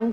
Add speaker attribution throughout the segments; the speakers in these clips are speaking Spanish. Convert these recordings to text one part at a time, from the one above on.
Speaker 1: I'm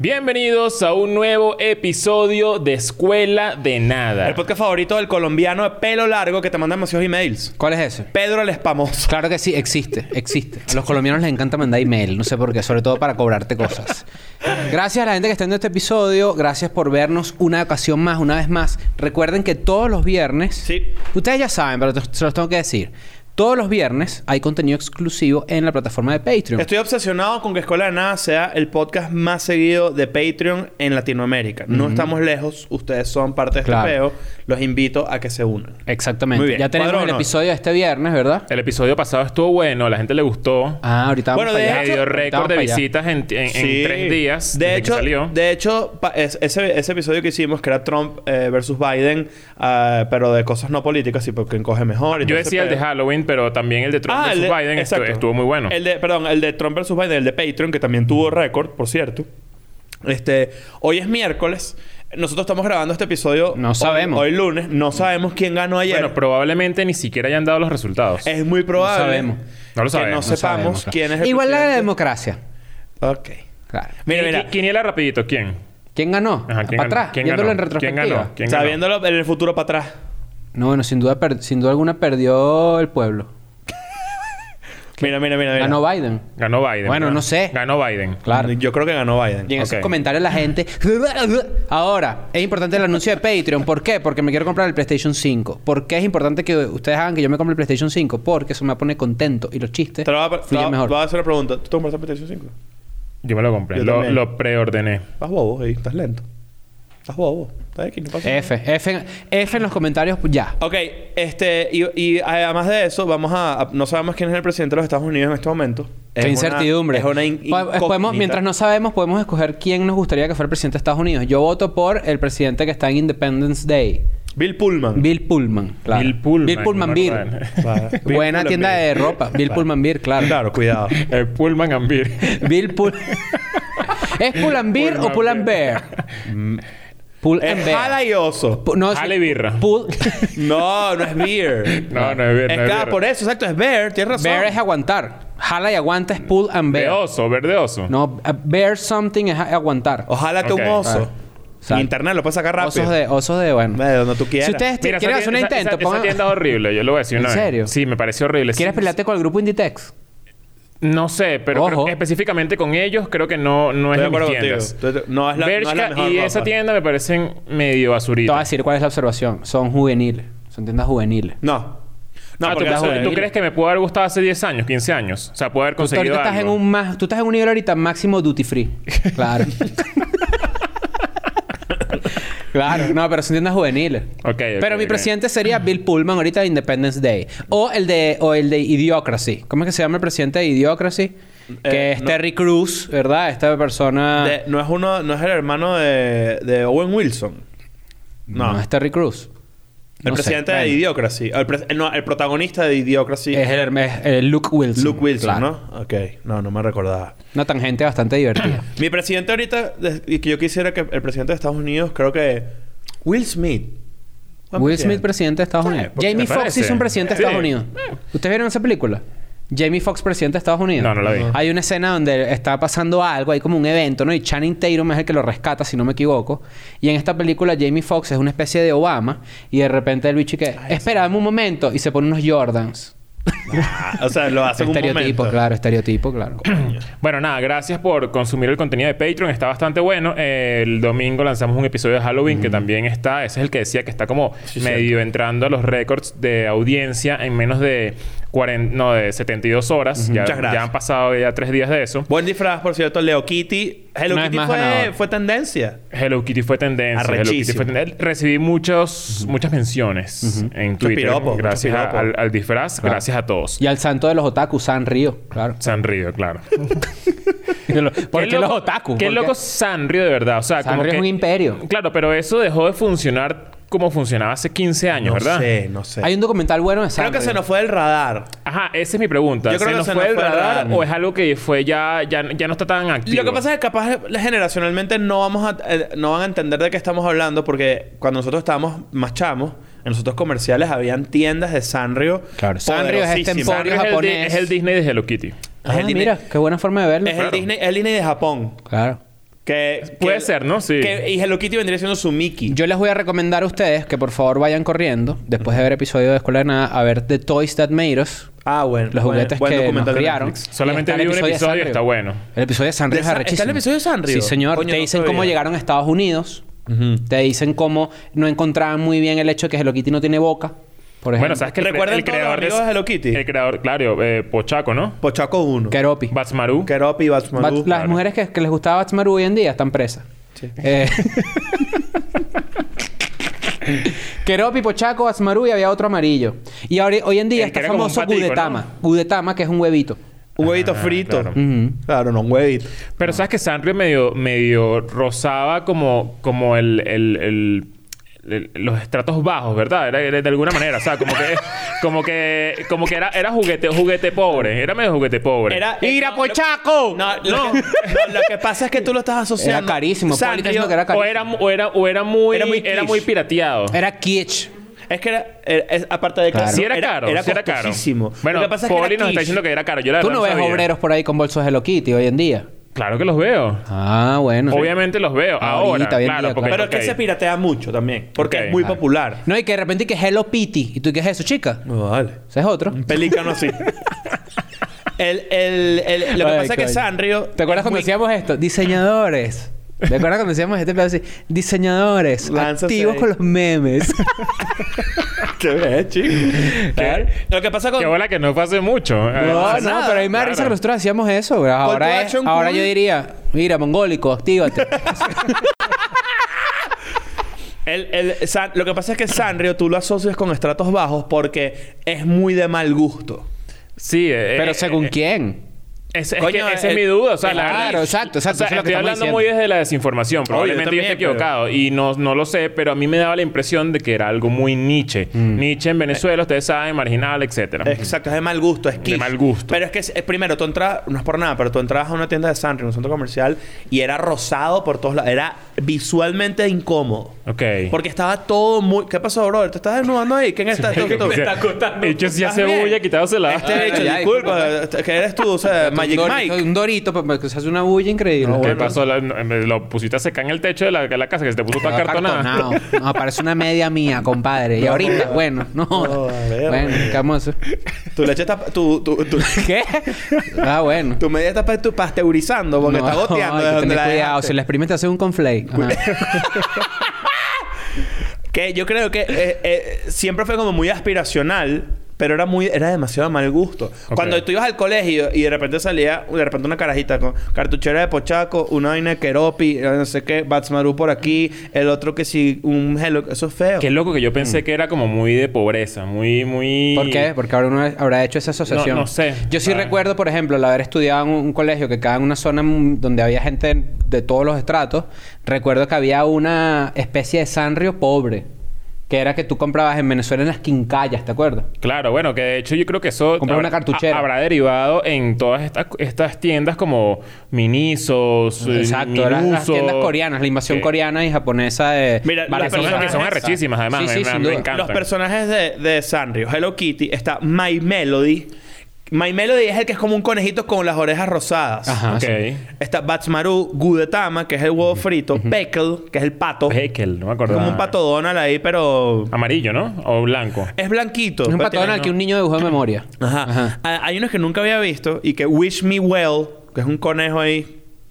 Speaker 2: Bienvenidos a un nuevo episodio de Escuela de Nada.
Speaker 3: El podcast favorito del colombiano de pelo largo que te manda demasiados emails.
Speaker 4: ¿Cuál es ese?
Speaker 3: Pedro el Espamoso.
Speaker 4: Claro que sí, existe, existe. A los colombianos les encanta mandar email, no sé por qué, sobre todo para cobrarte cosas. Gracias a la gente que está viendo este episodio, gracias por vernos una ocasión más, una vez más. Recuerden que todos los viernes,
Speaker 3: Sí.
Speaker 4: ustedes ya saben, pero te- se los tengo que decir. Todos los viernes hay contenido exclusivo en la plataforma de Patreon.
Speaker 3: Estoy obsesionado con que Escuela de Nada sea el podcast más seguido de Patreon en Latinoamérica. No estamos lejos, ustedes son parte de este
Speaker 4: Claro.
Speaker 3: peo. Los invito a que se unan.
Speaker 4: Exactamente.
Speaker 3: Muy bien.
Speaker 4: Ya tenemos
Speaker 3: Cuadro
Speaker 4: el
Speaker 3: honor.
Speaker 4: episodio de este viernes, ¿verdad?
Speaker 2: El episodio pasado estuvo bueno, a la gente le gustó.
Speaker 4: Ah, ahorita
Speaker 3: Bueno,
Speaker 4: vamos para
Speaker 3: de
Speaker 4: allá.
Speaker 2: Se dio
Speaker 3: hecho-
Speaker 2: récord
Speaker 4: Estamos
Speaker 2: de
Speaker 4: para allá.
Speaker 2: visitas en, en- en
Speaker 3: Sí.
Speaker 2: tres días.
Speaker 3: De
Speaker 2: desde
Speaker 3: hecho,
Speaker 2: que salió.
Speaker 3: De hecho pa- es- ese, ese episodio que hicimos, que era Trump eh, versus Biden, ah, pero de cosas no políticas, y porque encoge mejor. y
Speaker 2: Yo
Speaker 3: todo ese
Speaker 2: decía el de
Speaker 3: peo.
Speaker 2: Halloween, pero también el de Trump
Speaker 3: Ah, el
Speaker 2: versus
Speaker 3: de-
Speaker 2: Biden estu-
Speaker 3: exacto.
Speaker 2: estuvo muy bueno.
Speaker 3: El de, perdón, el de Trump versus Biden, el de Patreon, que también tuvo récord, por cierto. Este, hoy es miércoles. Nosotros estamos grabando este episodio.
Speaker 4: No
Speaker 3: hoy-
Speaker 4: sabemos.
Speaker 3: Hoy, lunes. No sabemos quién ganó ayer. Eh,
Speaker 2: Bueno, probablemente ni siquiera hayan dado los resultados.
Speaker 3: es muy probable.
Speaker 4: sabemos.
Speaker 2: No lo
Speaker 3: Que no
Speaker 2: sabemos, no
Speaker 3: sepamos
Speaker 4: sabemos, claro.
Speaker 3: quién es el
Speaker 4: Igual la de la
Speaker 3: presidente.
Speaker 4: democracia.
Speaker 3: Ok.
Speaker 4: Claro.
Speaker 3: Mira,
Speaker 2: Qui-
Speaker 3: mira.
Speaker 2: qui- Quiniela rapidito, ¿quién?
Speaker 4: ¿Quién ganó?
Speaker 2: Ajá, ¿quién
Speaker 4: para
Speaker 2: ganó?
Speaker 4: atrás,
Speaker 2: ¿Quién
Speaker 4: viéndolo
Speaker 2: ganó?
Speaker 4: en retrospectiva.
Speaker 2: ¿Quién ganó? ¿Quién
Speaker 3: o sea,
Speaker 2: ganó?
Speaker 3: viéndolo en el futuro para atrás.
Speaker 4: No, bueno, sin duda, per- sin duda alguna perdió el pueblo.
Speaker 3: Mira, mira, mira. mira.
Speaker 4: Ganó Biden.
Speaker 2: Ganó Biden.
Speaker 4: Bueno,
Speaker 2: ¿verdad?
Speaker 4: no sé.
Speaker 2: Ganó Biden.
Speaker 4: Claro.
Speaker 3: Yo creo que ganó Biden.
Speaker 4: Y en
Speaker 2: Ok.
Speaker 4: esos comentarios la gente... Ahora, es importante el anuncio de Patreon. ¿Por qué? Porque me quiero comprar el PlayStation 5. ¿Por qué es importante que ustedes hagan que yo me compre el PlayStation 5? Porque eso me pone contento y los chistes
Speaker 3: Te lo voy a, te lo
Speaker 4: fluyen
Speaker 3: voy a-
Speaker 4: este? mejor.
Speaker 3: voy a hacer una pregunta. ¿Tú te compraste el PlayStation 5?
Speaker 2: Yo me lo compré.
Speaker 3: Yo
Speaker 2: Lo,
Speaker 3: también.
Speaker 2: lo preordené.
Speaker 3: Estás bobo, ahí. Estás lento. Estás bobo. Estás aquí. No pasa nada.
Speaker 4: F, F, en- F en los comentarios ya.
Speaker 3: Ok, este, y, y además de eso, vamos a, a- No sabemos quién es el presidente de los Estados Unidos en este momento. Es
Speaker 4: Qué
Speaker 3: una-
Speaker 4: incertidumbre.
Speaker 3: es una in-
Speaker 4: Po- podemos,
Speaker 3: incógnita.
Speaker 4: mientras no sabemos, podemos escoger quién nos gustaría que fuera el presidente de Estados Unidos. Yo voto por el presidente que está en Independence Day.
Speaker 3: Bill Pullman.
Speaker 4: Bill Pullman. Claro.
Speaker 2: Bill Pullman.
Speaker 4: Bill Pullman
Speaker 2: no me
Speaker 4: Beer.
Speaker 2: acuerdo.
Speaker 3: Claro. Bill
Speaker 4: Buena
Speaker 3: Pullman
Speaker 4: tienda
Speaker 3: Beer.
Speaker 4: de ropa. Bill Pullman Beer, claro.
Speaker 3: Claro, cuidado.
Speaker 2: Eh, Pullman and Beer.
Speaker 4: Bill Pullman. ¿Es Pull and Beer
Speaker 2: Pullman Mm. Eh,
Speaker 4: o Pull and Bear? Pull and
Speaker 3: es jala
Speaker 4: Bear.
Speaker 3: y oso.
Speaker 4: Pu- No, sí.
Speaker 2: Jale birra.
Speaker 4: Pull...
Speaker 3: No, no es beer.
Speaker 2: No, no es beer,
Speaker 3: Es
Speaker 2: no es
Speaker 3: claro,
Speaker 2: beer.
Speaker 3: por eso, exacto, es bear. Tienes razón.
Speaker 4: bear es aguantar. Jala y aguanta es pull and
Speaker 2: De
Speaker 4: bear.
Speaker 2: oso, verde oso.
Speaker 4: No, a- bear something es a- aguantar.
Speaker 3: Ojalá te
Speaker 2: Ok,
Speaker 3: un oso.
Speaker 4: claro.
Speaker 3: En
Speaker 4: Exacto.
Speaker 3: internet lo puedes sacar rápido.
Speaker 4: Osos de... Osos de... Bueno.
Speaker 3: De donde tú quieras.
Speaker 4: Si ustedes
Speaker 2: Mira, esa
Speaker 4: quieren
Speaker 2: tienda-
Speaker 4: hacer un
Speaker 2: esa-
Speaker 4: intento,
Speaker 2: esa- esa
Speaker 4: pongan-
Speaker 2: tienda es horrible. Yo lo voy a decir una
Speaker 4: ¿En
Speaker 2: vez.
Speaker 4: serio?
Speaker 2: Sí, me parece horrible.
Speaker 4: ¿Quieres
Speaker 2: Sí,
Speaker 4: pelearte con el grupo Inditex?
Speaker 2: No sé, pero creo
Speaker 4: Ojo.
Speaker 2: que específicamente con ellos creo que no, no es de
Speaker 3: Estoy de
Speaker 2: mis
Speaker 3: acuerdo
Speaker 2: tiendas.
Speaker 3: contigo. Estoy de- no es la- no es la
Speaker 2: Bershka
Speaker 3: mejor
Speaker 2: y
Speaker 3: ropa.
Speaker 2: esa tienda me parecen medio
Speaker 4: Te voy a
Speaker 2: basuritas.
Speaker 4: decir cuál es la observación. Son juveniles. Son tiendas juveniles.
Speaker 3: No. No,
Speaker 2: Ah, ¿tú,
Speaker 3: porque
Speaker 2: tú-
Speaker 3: eso-
Speaker 2: tú crees que me pudo haber gustado hace 10 años, 15 años? O sea, puedo haber
Speaker 4: Tú ahorita
Speaker 2: conseguido
Speaker 4: estás en
Speaker 2: algo.
Speaker 4: un más... Tú estás en un nivel ahorita máximo duty free. Claro. claro. No, pero son tiendas juveniles.
Speaker 2: Ok, ok,
Speaker 4: pero mi
Speaker 2: ok.
Speaker 4: presidente sería Bill Pullman ahorita de Independence Day. O el de... O el de Idiocracy. ¿Cómo es que se llama el presidente de Idiocracy? que
Speaker 3: Eh,
Speaker 4: es
Speaker 3: no.
Speaker 4: Terry Cruz, ¿verdad? Esta persona...
Speaker 3: de- no es uno, no es el hermano de, de Owen Wilson.
Speaker 4: No. este es Terry Cruz.
Speaker 3: El
Speaker 4: No sé.
Speaker 3: presidente de
Speaker 4: Bueno.
Speaker 3: Idiocracy. El, pre- no, el protagonista de Idiocracy es
Speaker 4: Es el, herme- es el Luke Wilson.
Speaker 3: Luke Wilson,
Speaker 4: Claro.
Speaker 3: ¿no? Ok. No, no me recordaba.
Speaker 4: Una tangente bastante divertida.
Speaker 3: Mi presidente ahorita... de- Y que yo quisiera que el presidente de Estados Unidos... Creo que... Will Smith. Buen
Speaker 4: Will Smith, presidente de Estados
Speaker 3: Sí,
Speaker 4: Unidos.
Speaker 3: ¿por qué
Speaker 4: Jamie
Speaker 2: te
Speaker 4: Foxx
Speaker 2: parece?
Speaker 4: hizo un presidente de
Speaker 2: Sí.
Speaker 4: Estados Unidos. ¿Ustedes vieron esa película? Jamie Foxx, presidente de Estados Unidos.
Speaker 2: No, no la vi.
Speaker 4: Hay una escena donde está pasando algo, hay como un evento, ¿no? Y Channing Tatum es el que lo rescata, si no me equivoco. Y en esta película, Jamie Foxx es una especie de Obama. Y de repente el bicho y que, espera, dame un momento. Y se pone unos Jordans.
Speaker 3: Ah, o sea, lo hace en un
Speaker 4: Estereotipo,
Speaker 3: momento.
Speaker 4: claro, estereotipo, claro.
Speaker 2: Bueno, nada, gracias por consumir el contenido de Patreon. Está bastante bueno. Eh, El domingo lanzamos un episodio de Halloween que también está. Ese es el que decía que está como medio entrando a los récords de audiencia en menos de 40, no, de 72 horas. ya,
Speaker 3: Muchas gracias.
Speaker 2: ya han pasado ya tres días de eso.
Speaker 3: Buen disfraz, por cierto. Leo Kitty. Hello
Speaker 4: Una vez
Speaker 3: Kitty
Speaker 4: más
Speaker 3: fue,
Speaker 4: ganador.
Speaker 3: fue tendencia.
Speaker 2: Hello Kitty fue tendencia. Hello
Speaker 3: Arrechísimo.
Speaker 2: Kitty fue tendencia. Recibí muchos, muchas menciones en Twitter.
Speaker 3: piropos, muchos
Speaker 2: gracias a-
Speaker 3: piropos.
Speaker 2: al, al disfraz.
Speaker 4: Claro.
Speaker 2: Gracias a todos.
Speaker 4: Y al santo de los otaku, San Río, claro.
Speaker 2: Sanrio, claro.
Speaker 4: ¿Por qué los otaku?
Speaker 2: Qué
Speaker 4: ¿Por
Speaker 2: loco Sanrio de verdad. O sea, como
Speaker 4: Sanrio es
Speaker 2: que-
Speaker 4: un imperio.
Speaker 2: Claro, pero eso dejó de funcionar cómo funcionaba hace 15 años, ¿verdad?
Speaker 3: No sé, no sé.
Speaker 4: Hay un documental bueno de
Speaker 3: Creo
Speaker 4: Sandro.
Speaker 3: que se nos fue del radar.
Speaker 2: Ajá, esa es mi pregunta.
Speaker 3: Yo creo
Speaker 2: ¿Se
Speaker 3: que
Speaker 2: nos
Speaker 3: se
Speaker 2: fue
Speaker 3: nos
Speaker 2: el
Speaker 3: fue el
Speaker 2: radar
Speaker 3: radar.
Speaker 2: o es algo que fue ya, ya, ya no está tan activo?
Speaker 3: Lo que pasa es que capaz eh, generacionalmente no vamos a eh, no van a entender de qué estamos hablando porque cuando nosotros estábamos más chamos, en nosotros comerciales habían tiendas de Sanrio.
Speaker 4: Claro, Sanrio es este
Speaker 2: es el,
Speaker 3: poderosísimas.
Speaker 4: emporio
Speaker 2: di-
Speaker 4: japonés.
Speaker 2: es el Disney de Hello Kitty.
Speaker 3: Es
Speaker 4: Ah,
Speaker 3: el Disney-
Speaker 4: mira, qué buena forma de verlo.
Speaker 3: Es el Disney, el Disney de Japón.
Speaker 4: Claro.
Speaker 3: Que,
Speaker 2: Puede
Speaker 3: que-
Speaker 2: ser, ¿no? Sí.
Speaker 3: que- y Hello Kitty vendría siendo su Mickey.
Speaker 4: Yo les voy a recomendar a ustedes que por favor vayan corriendo, después de ver episodio de Escuela de Nada, a ver The Toys That Made Us,
Speaker 3: ah, bueno.
Speaker 4: los
Speaker 3: bueno,
Speaker 4: juguetes
Speaker 3: buen
Speaker 4: que nos
Speaker 3: documental de
Speaker 4: criaron.
Speaker 3: Netflix.
Speaker 2: Solamente
Speaker 4: Y está el
Speaker 2: vi un
Speaker 4: de
Speaker 2: episodio y
Speaker 4: Sanrio.
Speaker 2: está bueno.
Speaker 4: El episodio de Sanrio
Speaker 3: De
Speaker 4: es
Speaker 3: Sa- ¿está
Speaker 4: arrechísimo.
Speaker 3: el episodio de Sanrio?
Speaker 4: Sí, señor.
Speaker 3: Coño,
Speaker 4: te
Speaker 3: no
Speaker 4: dicen
Speaker 3: sabía.
Speaker 4: cómo llegaron a Estados Unidos. Te dicen cómo no encontraban muy bien el hecho de que Hello Kitty no tiene boca, por ejemplo.
Speaker 2: Bueno, ¿sabes que el, cre-
Speaker 3: ¿Recuerdan
Speaker 2: el
Speaker 3: todos los
Speaker 2: creador
Speaker 3: amigos de Hello Kitty?
Speaker 2: El creador, claro, eh, Pochaco, ¿no?
Speaker 3: Pochaco 1.
Speaker 4: Keropi.
Speaker 2: Batsmaru.
Speaker 3: Keropi, Batsmaru.
Speaker 4: Bat- las
Speaker 2: claro.
Speaker 4: mujeres que, que les gustaba Batsmaru hoy en día están presas. Eh, Keropi, Pochaco, Batsmaru y había otro amarillo. Y ahora, hoy en día
Speaker 2: El que
Speaker 4: está
Speaker 2: era como un
Speaker 4: famoso
Speaker 2: patico,
Speaker 4: Gudetama. Gudetama, que es un huevito.
Speaker 3: Un huevito frito.
Speaker 2: Ah, claro.
Speaker 3: Claro. no, un huevito.
Speaker 2: Pero sabes que Sanrio medio, medio rozaba como, como el, el- el- el- los estratos bajos, ¿verdad? Era, era de alguna manera, o sea, como que, como que, como que era, era juguete, juguete pobre, era medio juguete pobre.
Speaker 3: Era- eh,
Speaker 2: ¡Ira pues,
Speaker 3: no,
Speaker 4: pues,
Speaker 2: Pochaco!
Speaker 3: No, lo, Que, no, lo que pasa es que tú lo estás asociando.
Speaker 4: Era carísimo. Poli está diciendo que era
Speaker 2: o
Speaker 4: carísimo.
Speaker 2: era, o era, o era muy, era
Speaker 3: Era
Speaker 2: muy,
Speaker 3: muy quiche.
Speaker 2: pirateado.
Speaker 4: Era kitsch.
Speaker 3: Es que era, era- es- aparte de que
Speaker 4: Claro.
Speaker 2: Sí era caro, sí era caro.
Speaker 3: costosísimo.
Speaker 2: Bueno,
Speaker 3: Lo que pasa es que
Speaker 2: Poli
Speaker 3: era
Speaker 2: nos está
Speaker 3: quiche.
Speaker 2: diciendo que era caro. Yo la
Speaker 4: Tú
Speaker 2: verdad
Speaker 4: no ves
Speaker 2: sabía.
Speaker 4: obreros por ahí con bolsos de Hello Kitty hoy en día.
Speaker 2: Claro que los veo.
Speaker 4: Ah, bueno.
Speaker 2: Obviamente los veo.
Speaker 3: Ah,
Speaker 2: Ahora,
Speaker 4: Ahorita, hoy en
Speaker 2: claro,
Speaker 4: día,
Speaker 2: porque
Speaker 4: claro.
Speaker 3: Pero es
Speaker 2: ok.
Speaker 3: que se piratea mucho también. Porque
Speaker 2: Ok.
Speaker 3: es muy
Speaker 2: Claro.
Speaker 3: popular.
Speaker 4: No, y que de repente que Hello Kitty. ¿Y tú qué es eso, chica?
Speaker 3: No, vale.
Speaker 4: Ese es otro.
Speaker 3: Un pelícano así. el, el, el- lo que
Speaker 4: Ay,
Speaker 3: pasa es que
Speaker 4: coño.
Speaker 3: Sanrio.
Speaker 4: ¿Te acuerdas
Speaker 3: es
Speaker 4: cuando
Speaker 3: muy-
Speaker 4: decíamos esto? Diseñadores. ¿Te acuerdas cuando decíamos este pedo así? Diseñadores.
Speaker 3: Lánzate
Speaker 4: activos
Speaker 3: ahí.
Speaker 4: con los memes.
Speaker 3: Qué bien, chico.
Speaker 4: Claro.
Speaker 3: Lo que pasa con.
Speaker 2: Qué bola que no fue hace mucho. Eh,
Speaker 4: No, no,
Speaker 3: pasa nada,
Speaker 4: pero a mí me da risa
Speaker 2: claro.
Speaker 4: que nosotros hacíamos eso. bro. Ahora,
Speaker 3: to
Speaker 4: es-
Speaker 3: action
Speaker 4: ahora
Speaker 3: cool.
Speaker 4: yo diría, mira, mongólico, actívate.
Speaker 3: El- el San- lo que pasa es que Sanrio tú lo asocias con estratos bajos porque es muy de mal gusto.
Speaker 2: Sí, eh,
Speaker 4: pero
Speaker 2: eh,
Speaker 4: según
Speaker 2: eh,
Speaker 4: quién.
Speaker 2: Es, es
Speaker 3: Coño,
Speaker 2: que esa es
Speaker 3: eh,
Speaker 2: mi duda. O sea, la
Speaker 4: claro,
Speaker 2: verdad-
Speaker 4: exacto, exacto,
Speaker 2: O sea,
Speaker 4: eso es lo que
Speaker 2: estoy
Speaker 4: estamos
Speaker 2: hablando
Speaker 4: diciendo.
Speaker 2: muy desde la desinformación. Probablemente yo,
Speaker 3: también,
Speaker 2: esté
Speaker 3: pero-
Speaker 2: equivocado. Y no, no lo sé, pero a mí me daba la impresión de que era algo muy Nietzsche.
Speaker 4: Mm.
Speaker 2: Nietzsche en Venezuela, ustedes saben, marginal, etcétera.
Speaker 4: Eh,
Speaker 3: Exacto, es de mal gusto, es quiche.
Speaker 2: mal gusto.
Speaker 3: Pero es que, es- primero, tú entras, no es por nada, pero tú entrabas a una tienda de Sanrio, un centro comercial, y era rosado por todos lados. Era visualmente incómodo.
Speaker 2: Ok.
Speaker 3: Porque estaba todo muy. ¿Qué pasó, brother? ¿Te estás desnudando ahí? ¿Quién está?
Speaker 2: Me
Speaker 3: Tú- tú-
Speaker 2: está costando. El hecho ya se
Speaker 3: ¿Estás
Speaker 2: bulla,
Speaker 3: bien?
Speaker 2: quitándose la...
Speaker 3: Este hecho,
Speaker 4: ya,
Speaker 3: disculpa, que eres tú, o sea, Magic
Speaker 4: un dorito,
Speaker 3: Mike.
Speaker 4: Un dorito, pero que se hace una bulla increíble. pues,
Speaker 2: ¿Qué
Speaker 4: Bueno,
Speaker 2: pasó? La- no, me lo pusiste a secar en el techo de la, de la casa que se te puso toda cartonada.
Speaker 4: acartonado. No, parece una media mía, compadre. Y ahorita, bueno, no jodas.
Speaker 3: a ver,
Speaker 4: Bueno,
Speaker 3: güey.
Speaker 4: ¿qué vamos a hacer?
Speaker 3: Tu leche está. Tu, tu, tu,
Speaker 4: ¿Qué? Ah, bueno.
Speaker 3: tu media está pa- tu- pasteurizando porque está goteando.
Speaker 4: hay
Speaker 3: de
Speaker 4: que
Speaker 3: donde
Speaker 4: tener
Speaker 3: la
Speaker 4: cuidado.
Speaker 3: dejaste.
Speaker 4: Si la experimenta, hace un conflake. Ajá.
Speaker 3: Que yo creo que eh, eh, siempre fue como muy aspiracional, pero era muy era demasiado mal gusto. Cuando tú ibas al colegio y de repente salía de repente una carajita con cartuchera de pochaco, una vaina de keropi, eh, no sé qué, Batsmaru por aquí, el otro que si un hello, eso es feo.
Speaker 2: Qué loco que yo pensé que era como muy de pobreza. Muy, muy...
Speaker 4: Mm. ¿Por qué? Porque ahora uno habrá hecho esa asociación.
Speaker 2: No- no sé.
Speaker 4: Yo sí
Speaker 2: Ah.
Speaker 4: recuerdo, por ejemplo, el haber estudiado en un, un colegio que quedaba en una zona mm, donde había gente de todos los estratos. Recuerdo que había una especie de Sanrio pobre. Que era que tú comprabas en Venezuela en las quincallas, ¿te acuerdas?
Speaker 2: Claro, bueno, que de hecho yo creo que eso
Speaker 4: Comprar una
Speaker 2: habrá-
Speaker 4: cartuchera.
Speaker 2: ha- habrá derivado en todas estas, estas tiendas como Minisos, eh,
Speaker 4: Exacto, las, las
Speaker 2: Minuso,
Speaker 4: tiendas coreanas, la invasión
Speaker 2: que-
Speaker 4: coreana y japonesa de.
Speaker 3: Mira, las
Speaker 2: que son,
Speaker 4: Barcelona.
Speaker 2: que son arrechísimas además,
Speaker 4: Sí,
Speaker 2: me-
Speaker 4: sí,
Speaker 2: me,
Speaker 4: sin
Speaker 2: me
Speaker 4: duda.
Speaker 2: encantan.
Speaker 3: Los personajes de, de Sanrio, Hello Kitty, está My Melody. My Melody es el que es como un conejito con las orejas rosadas.
Speaker 4: Ajá.
Speaker 2: Ok.
Speaker 3: Está Batsmaru, Gudetama, que es el huevo frito, Peckle, que es el pato. Es
Speaker 2: Heckel, no me acuerdo.
Speaker 3: como un pato Donald ahí, pero
Speaker 2: Amarillo, ¿no? O blanco.
Speaker 3: es blanquito.
Speaker 4: Es un
Speaker 3: pero
Speaker 4: patón
Speaker 3: tiene-
Speaker 4: al que un niño dibujó de memoria.
Speaker 3: Ajá. Ah, Hay unos que nunca había visto y que Wish Me Well, que es un conejo ahí,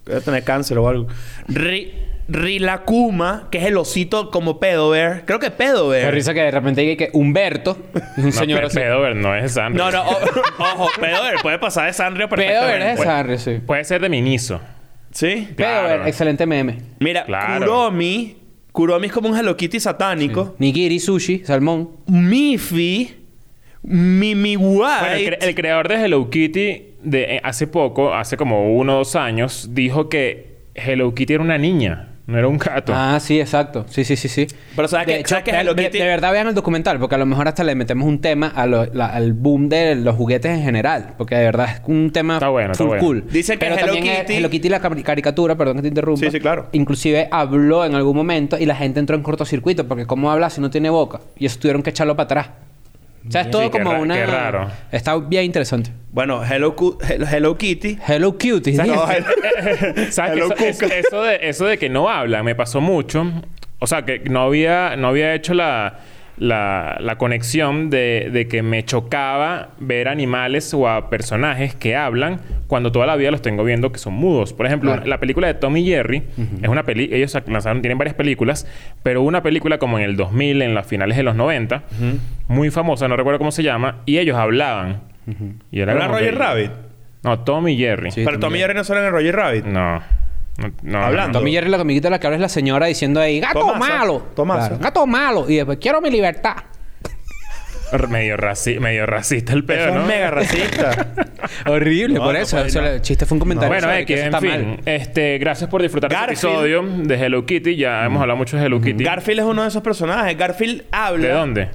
Speaker 3: que debe tener cáncer o algo. Ri- Rilakuma, que es el osito como pedo bear. Creo que pedo
Speaker 4: Qué
Speaker 3: bear.
Speaker 4: risa que de repente diga que Humberto, un
Speaker 2: Eh. No,
Speaker 4: señor
Speaker 2: pe-
Speaker 4: así.
Speaker 2: Pedover no es Sanrio.
Speaker 3: No, no, o- ojo, pedo bear puede pasar de Sanrio
Speaker 4: Pedo
Speaker 3: perfectamente.
Speaker 4: es
Speaker 3: Puede-
Speaker 4: Sanrio, sí.
Speaker 2: Puede ser de Miniso.
Speaker 3: ¿Sí?
Speaker 2: Claro.
Speaker 4: Pedo excelente meme.
Speaker 3: Mira,
Speaker 2: Claro.
Speaker 3: Kuromi. Kuromi es como un Hello Kitty satánico.
Speaker 4: Nigiri, sushi, salmón.
Speaker 3: Miffy.
Speaker 2: Bueno,
Speaker 3: Mimiwai.
Speaker 2: el, cre- el creador de Hello Kitty de eh, hace poco, hace como uno o dos años, dijo que Hello Kitty era una niña. No era un gato.
Speaker 4: Ah, sí, exacto. Sí, sí, sí, sí.
Speaker 3: Pero ¿sabes
Speaker 4: de
Speaker 3: qué? ¿Sabes qué?
Speaker 4: de,
Speaker 3: Hello
Speaker 4: de-
Speaker 3: Kitty-
Speaker 4: de verdad vean el documental, porque a lo mejor hasta le metemos un tema a lo- la- al boom de los juguetes en general. Porque de verdad es un tema
Speaker 2: Está bueno, está
Speaker 4: full
Speaker 2: bueno.
Speaker 4: cool.
Speaker 3: Dice que
Speaker 4: Pero
Speaker 3: Hello
Speaker 4: también
Speaker 3: Kitty-
Speaker 4: Hello Kitty, la cam- caricatura, perdón que te interrumpa.
Speaker 3: Sí, sí, claro.
Speaker 4: Inclusive habló en algún momento y la gente entró en cortocircuito, porque ¿cómo habla si no tiene boca? Y eso tuvieron que echarlo para atrás. O sea, es todo
Speaker 2: Sí, qué
Speaker 4: como
Speaker 2: ra-
Speaker 4: una...
Speaker 2: qué raro.
Speaker 4: Está bien interesante.
Speaker 3: Bueno, Hello, Cu- Hello, Hello Kitty.
Speaker 4: Hello Cutie.
Speaker 2: ¿Sabes
Speaker 4: ¿sí?
Speaker 3: No,
Speaker 2: qué?
Speaker 3: Hello-
Speaker 2: ¿Sabes qué?
Speaker 3: Hello
Speaker 2: eso, es-
Speaker 3: Cuca.
Speaker 2: eso de, eso de que no habla me pasó mucho. O sea, que no había, no había hecho la, la, la conexión de, de que me chocaba ver animales o a personajes que hablan cuando toda la vida los tengo viendo que son mudos. Por ejemplo,
Speaker 4: Claro.
Speaker 2: la película de Tommy Jerry es una peli... Ellos sac- lanzaron... Tienen varias películas, pero una película como en el 2000, en las finales de los 90, muy famosa, no recuerdo cómo se llama, y ellos hablaban. Y era
Speaker 3: ¿Habla
Speaker 2: como
Speaker 3: Roger
Speaker 2: que-
Speaker 3: Rabbit?
Speaker 2: No, Tommy Jerry.
Speaker 4: Sí,
Speaker 3: Pero Tommy y Jerry no salen en Roger Rabbit.
Speaker 4: Mm,
Speaker 2: No. No, no,
Speaker 3: Hablando.
Speaker 4: Tommy Jerry, la amiguita de la que habla es la señora diciendo ahí, gato
Speaker 3: Tomaso.
Speaker 4: malo.
Speaker 3: Tomaso.
Speaker 4: Claro, gato malo. Y después, quiero mi libertad.
Speaker 2: no. Medio, raci- medio racista el
Speaker 3: Eso
Speaker 2: pedo, ¿no?
Speaker 3: es mega racista.
Speaker 4: Horrible,
Speaker 3: No,
Speaker 4: por
Speaker 3: no
Speaker 4: eso.
Speaker 3: puede,
Speaker 4: O sea,
Speaker 3: no.
Speaker 4: El chiste fue un comentario.
Speaker 2: Bueno,
Speaker 4: sobre
Speaker 2: X,
Speaker 4: eh, que eso
Speaker 2: en
Speaker 4: está
Speaker 2: fin.
Speaker 4: mal.
Speaker 2: Este, gracias por disfrutar este
Speaker 3: Garfield. Mm.
Speaker 2: episodio de Hello Kitty. Ya hemos hablado mucho de Hello Kitty.
Speaker 3: Garfield es uno de esos personajes. Garfield habla.
Speaker 2: ¿De dónde?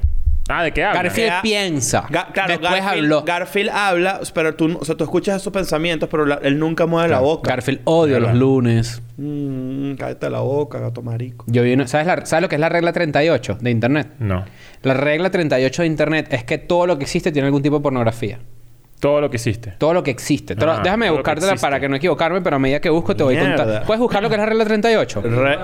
Speaker 2: Ah, ¿de qué habla?
Speaker 4: Garfield
Speaker 3: Ya-
Speaker 4: piensa.
Speaker 3: Ga- claro,
Speaker 4: después
Speaker 3: Garfield,
Speaker 4: habló.
Speaker 3: Garfield habla, pero tú, o sea, tú escuchas esos pensamientos, pero la- él nunca mueve la boca.
Speaker 4: Garfield odio los lunes.
Speaker 3: Mm, cállate la boca, gato marico.
Speaker 4: Yo vi una- ¿sabes, la- ¿Sabes lo que es la regla 38 de Internet?
Speaker 2: No.
Speaker 4: La regla 38 de Internet es que todo lo que existe tiene algún tipo de pornografía.
Speaker 2: Todo lo que hiciste.
Speaker 4: Todo lo que existe. Todo lo-
Speaker 2: Ah,
Speaker 4: déjame
Speaker 2: todo lo que
Speaker 4: buscártela
Speaker 2: existe.
Speaker 4: para que no equivocarme, pero a medida que busco te voy
Speaker 3: Mierda.
Speaker 4: contando. ¿Puedes buscar lo que es la regla 38?
Speaker 3: Re-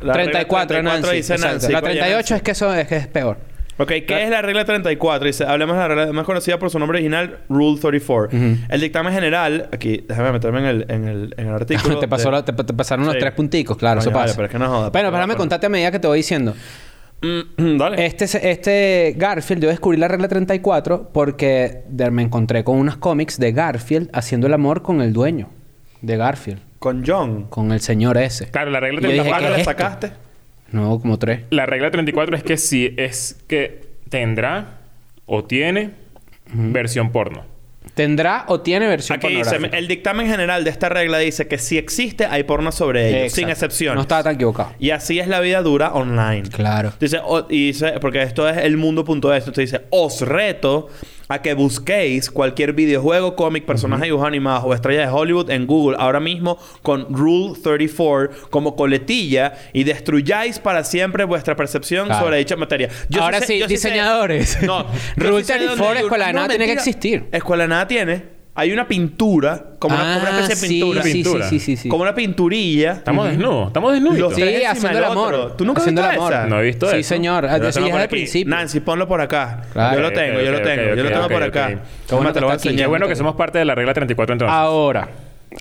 Speaker 3: la
Speaker 4: 34,
Speaker 3: regla
Speaker 4: Nancy.
Speaker 3: dice
Speaker 4: Exacto.
Speaker 3: Nancy,
Speaker 4: La
Speaker 3: coño,
Speaker 4: 38
Speaker 3: Nancy.
Speaker 4: es que eso es que es peor.
Speaker 3: Ok, ¿qué es la regla 34? Dice, hablemos de la regla más conocida por su nombre original, Rule 34. El dictamen general, aquí, déjame meterme en el, en el, en el artículo.
Speaker 4: te, pasó
Speaker 3: de-
Speaker 4: la- te, te pasaron los
Speaker 3: Sí.
Speaker 4: tres punticos, claro,
Speaker 3: Coño,
Speaker 4: eso
Speaker 3: vale,
Speaker 4: pasa.
Speaker 3: pero es que no joda.
Speaker 4: Bueno, pero déjame
Speaker 3: Bueno.
Speaker 4: contarte a medida que te voy diciendo.
Speaker 3: Mm, dale.
Speaker 4: Este, se- este Garfield, yo descubrí la regla 34 porque de- me encontré con unos cómics de Garfield haciendo el amor con el dueño de Garfield,
Speaker 3: Con John.
Speaker 4: con el señor ese.
Speaker 2: Claro, la regla
Speaker 4: Y yo dije,
Speaker 2: 34...
Speaker 4: ¿qué
Speaker 3: ¿Cuándo
Speaker 4: es
Speaker 3: le
Speaker 4: esto?
Speaker 3: sacaste?
Speaker 4: No, como tres.
Speaker 2: La regla 34 es que sí, es que tendrá o tiene versión porno.
Speaker 4: ¿Tendrá o tiene versión
Speaker 3: Aquí dice,
Speaker 4: pornográfica?
Speaker 3: el dictamen general de esta regla dice que si existe, hay porno sobre ello,
Speaker 4: Exacto.
Speaker 3: sin excepciones.
Speaker 4: No estaba tan equivocado.
Speaker 3: Y así es la vida dura online.
Speaker 4: Claro.
Speaker 3: Dice, o- "Oh", y dice, porque esto es el mundo.es, te dice, os reto a que busquéis cualquier videojuego, cómic, personaje de dibujos animados o estrella de Hollywood en Google ahora mismo con Rule 34 como coletilla y destruyáis para siempre vuestra percepción
Speaker 4: Claro.
Speaker 3: sobre dicha materia.
Speaker 4: Ahora sí,
Speaker 3: yo sé-
Speaker 4: diseñadores.
Speaker 3: no. yo
Speaker 4: Rule
Speaker 3: sé de dónde
Speaker 4: 34 Escuela de
Speaker 3: No,
Speaker 4: Nada tiene que
Speaker 3: mentira.
Speaker 4: existir.
Speaker 3: Escuela de Nada tiene. Hay una pintura, como una, como una especie de pintura.
Speaker 4: Ah, sí, Sí,
Speaker 2: Pintura.
Speaker 4: sí, sí, sí.
Speaker 3: Como una pinturilla.
Speaker 2: Estamos desnudos. Estamos desnudos.
Speaker 3: Los
Speaker 4: Sí,
Speaker 3: tres encima
Speaker 4: haciendo el
Speaker 3: del
Speaker 4: amor.
Speaker 3: otro. ¿Tú nunca has
Speaker 4: haciendo
Speaker 3: visto
Speaker 4: el amor.
Speaker 3: esa?
Speaker 2: No he visto
Speaker 4: sí,
Speaker 2: eso.
Speaker 4: señor. Ah,
Speaker 2: Yo
Speaker 4: Sí,
Speaker 2: tengo
Speaker 4: es
Speaker 2: por
Speaker 4: al
Speaker 2: aquí.
Speaker 4: principio.
Speaker 3: Nancy, ponlo por acá.
Speaker 4: Claro.
Speaker 3: Yo lo
Speaker 2: Ok,
Speaker 3: tengo, yo
Speaker 2: ok,
Speaker 3: lo
Speaker 2: ok,
Speaker 3: tengo,
Speaker 2: ok,
Speaker 3: yo lo tengo
Speaker 2: ok,
Speaker 3: por
Speaker 2: ok.
Speaker 3: acá.
Speaker 2: Qué
Speaker 3: Toma,
Speaker 4: bueno
Speaker 3: te lo
Speaker 4: que
Speaker 3: voy a
Speaker 4: está aquí.
Speaker 2: Qué
Speaker 3: enseñar.
Speaker 2: bueno que somos parte de la regla 34 entonces.
Speaker 3: Ah,
Speaker 4: Ahora,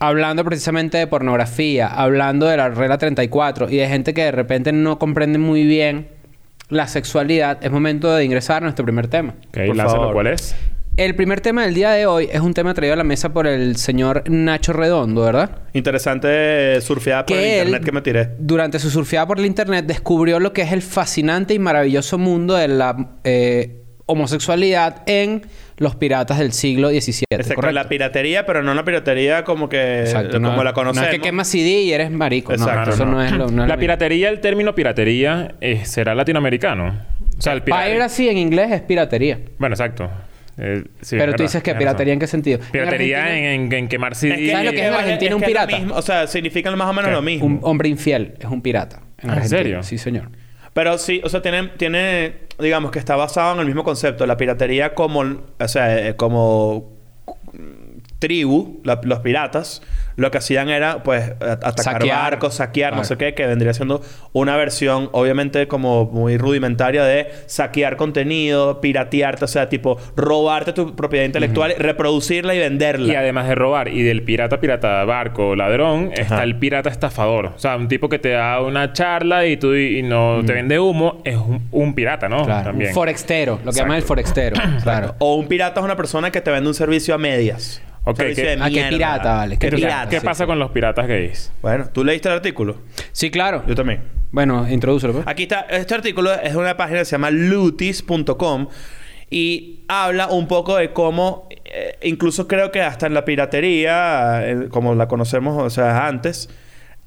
Speaker 4: hablando precisamente de pornografía, hablando de la regla 34 y de gente que de repente no comprende muy bien la sexualidad, es momento de ingresar a nuestro primer tema.
Speaker 2: ok,
Speaker 3: por
Speaker 2: lánzalo.
Speaker 3: favor.
Speaker 2: ¿Cuál es?
Speaker 4: El primer tema del día de hoy es un tema traído a la mesa por el señor Nacho Redondo, ¿verdad?
Speaker 3: Interesante eh, surfeada por
Speaker 4: Que
Speaker 3: el
Speaker 4: él,
Speaker 3: internet que me tiré.
Speaker 4: durante su surfeada por el internet, descubrió lo que es el fascinante y maravilloso mundo de la eh, homosexualidad en los piratas del siglo XVII.
Speaker 3: Exacto,
Speaker 4: ¿correcto?
Speaker 3: la piratería, pero no la piratería como que
Speaker 4: Exacto,
Speaker 3: Eh, como
Speaker 4: no-
Speaker 3: la conocemos.
Speaker 4: No es que quemas CD y eres marico. No,
Speaker 3: Exacto,
Speaker 4: eso no,
Speaker 2: no.
Speaker 4: es lo... no es
Speaker 2: la
Speaker 4: lo
Speaker 2: piratería, el término piratería, eh, será latinoamericano. O sea, el
Speaker 4: mismo.
Speaker 2: pirata...
Speaker 4: Piracy en inglés es piratería.
Speaker 2: Bueno, exacto. Eh, sí, es
Speaker 4: Pero tú
Speaker 2: verdad,
Speaker 4: dices que
Speaker 2: tienes razón.
Speaker 4: piratería en qué sentido?
Speaker 2: Piratería en,
Speaker 4: Argentina,
Speaker 2: en, en quemar CD.
Speaker 4: ¿Sabes lo que es en Argentina un
Speaker 3: es lo
Speaker 4: pirata?
Speaker 3: mismo, o sea, significan más o menos
Speaker 2: ¿Qué?
Speaker 3: lo mismo.
Speaker 4: Un hombre infiel es un pirata.
Speaker 2: ¿En
Speaker 4: En Argentina.
Speaker 2: serio?
Speaker 4: Sí, señor.
Speaker 3: Pero sí, o sea, tiene, tiene, digamos que está basado en el mismo concepto. La piratería como, o sea, eh, como mm, tribu, la- los piratas, lo que hacían era, pues, a- atacar
Speaker 4: Saquear.
Speaker 3: barcos, saquear, no
Speaker 4: Claro.
Speaker 3: sé qué, que vendría siendo una versión, obviamente, como muy rudimentaria de saquear contenido, piratearte, o sea, tipo, robarte tu propiedad intelectual, reproducirla y venderla.
Speaker 2: Y además de robar y del pirata, pirata, barco, ladrón, está el pirata estafador. O sea, un tipo que te da una charla y tú y no te vende humo, es un, un pirata,
Speaker 3: Oh,
Speaker 2: ¿no?
Speaker 4: Mm. Claro.
Speaker 2: También.
Speaker 4: Un forextero. Lo que llaman el forextero. claro.
Speaker 3: O un pirata es una persona que te vende un servicio a medias.
Speaker 2: Ok,
Speaker 3: Servicio
Speaker 2: que-
Speaker 3: de
Speaker 4: Ah, que
Speaker 3: mierda.
Speaker 4: pirata, vale,
Speaker 3: Entonces,
Speaker 4: que
Speaker 2: Entonces,
Speaker 4: pirata,
Speaker 2: ¿Qué
Speaker 4: sí,
Speaker 2: pasa
Speaker 4: sí.
Speaker 2: con los piratas gays?
Speaker 3: Bueno, ¿tú leíste el artículo?
Speaker 4: Sí, claro.
Speaker 3: Oh. Yo también.
Speaker 4: Bueno, introdúcelo. pues.
Speaker 3: Aquí está, este artículo es una página que se llama lutis.com y habla un poco de cómo, eh, incluso creo que hasta en la piratería, eh, como la conocemos, o sea, antes,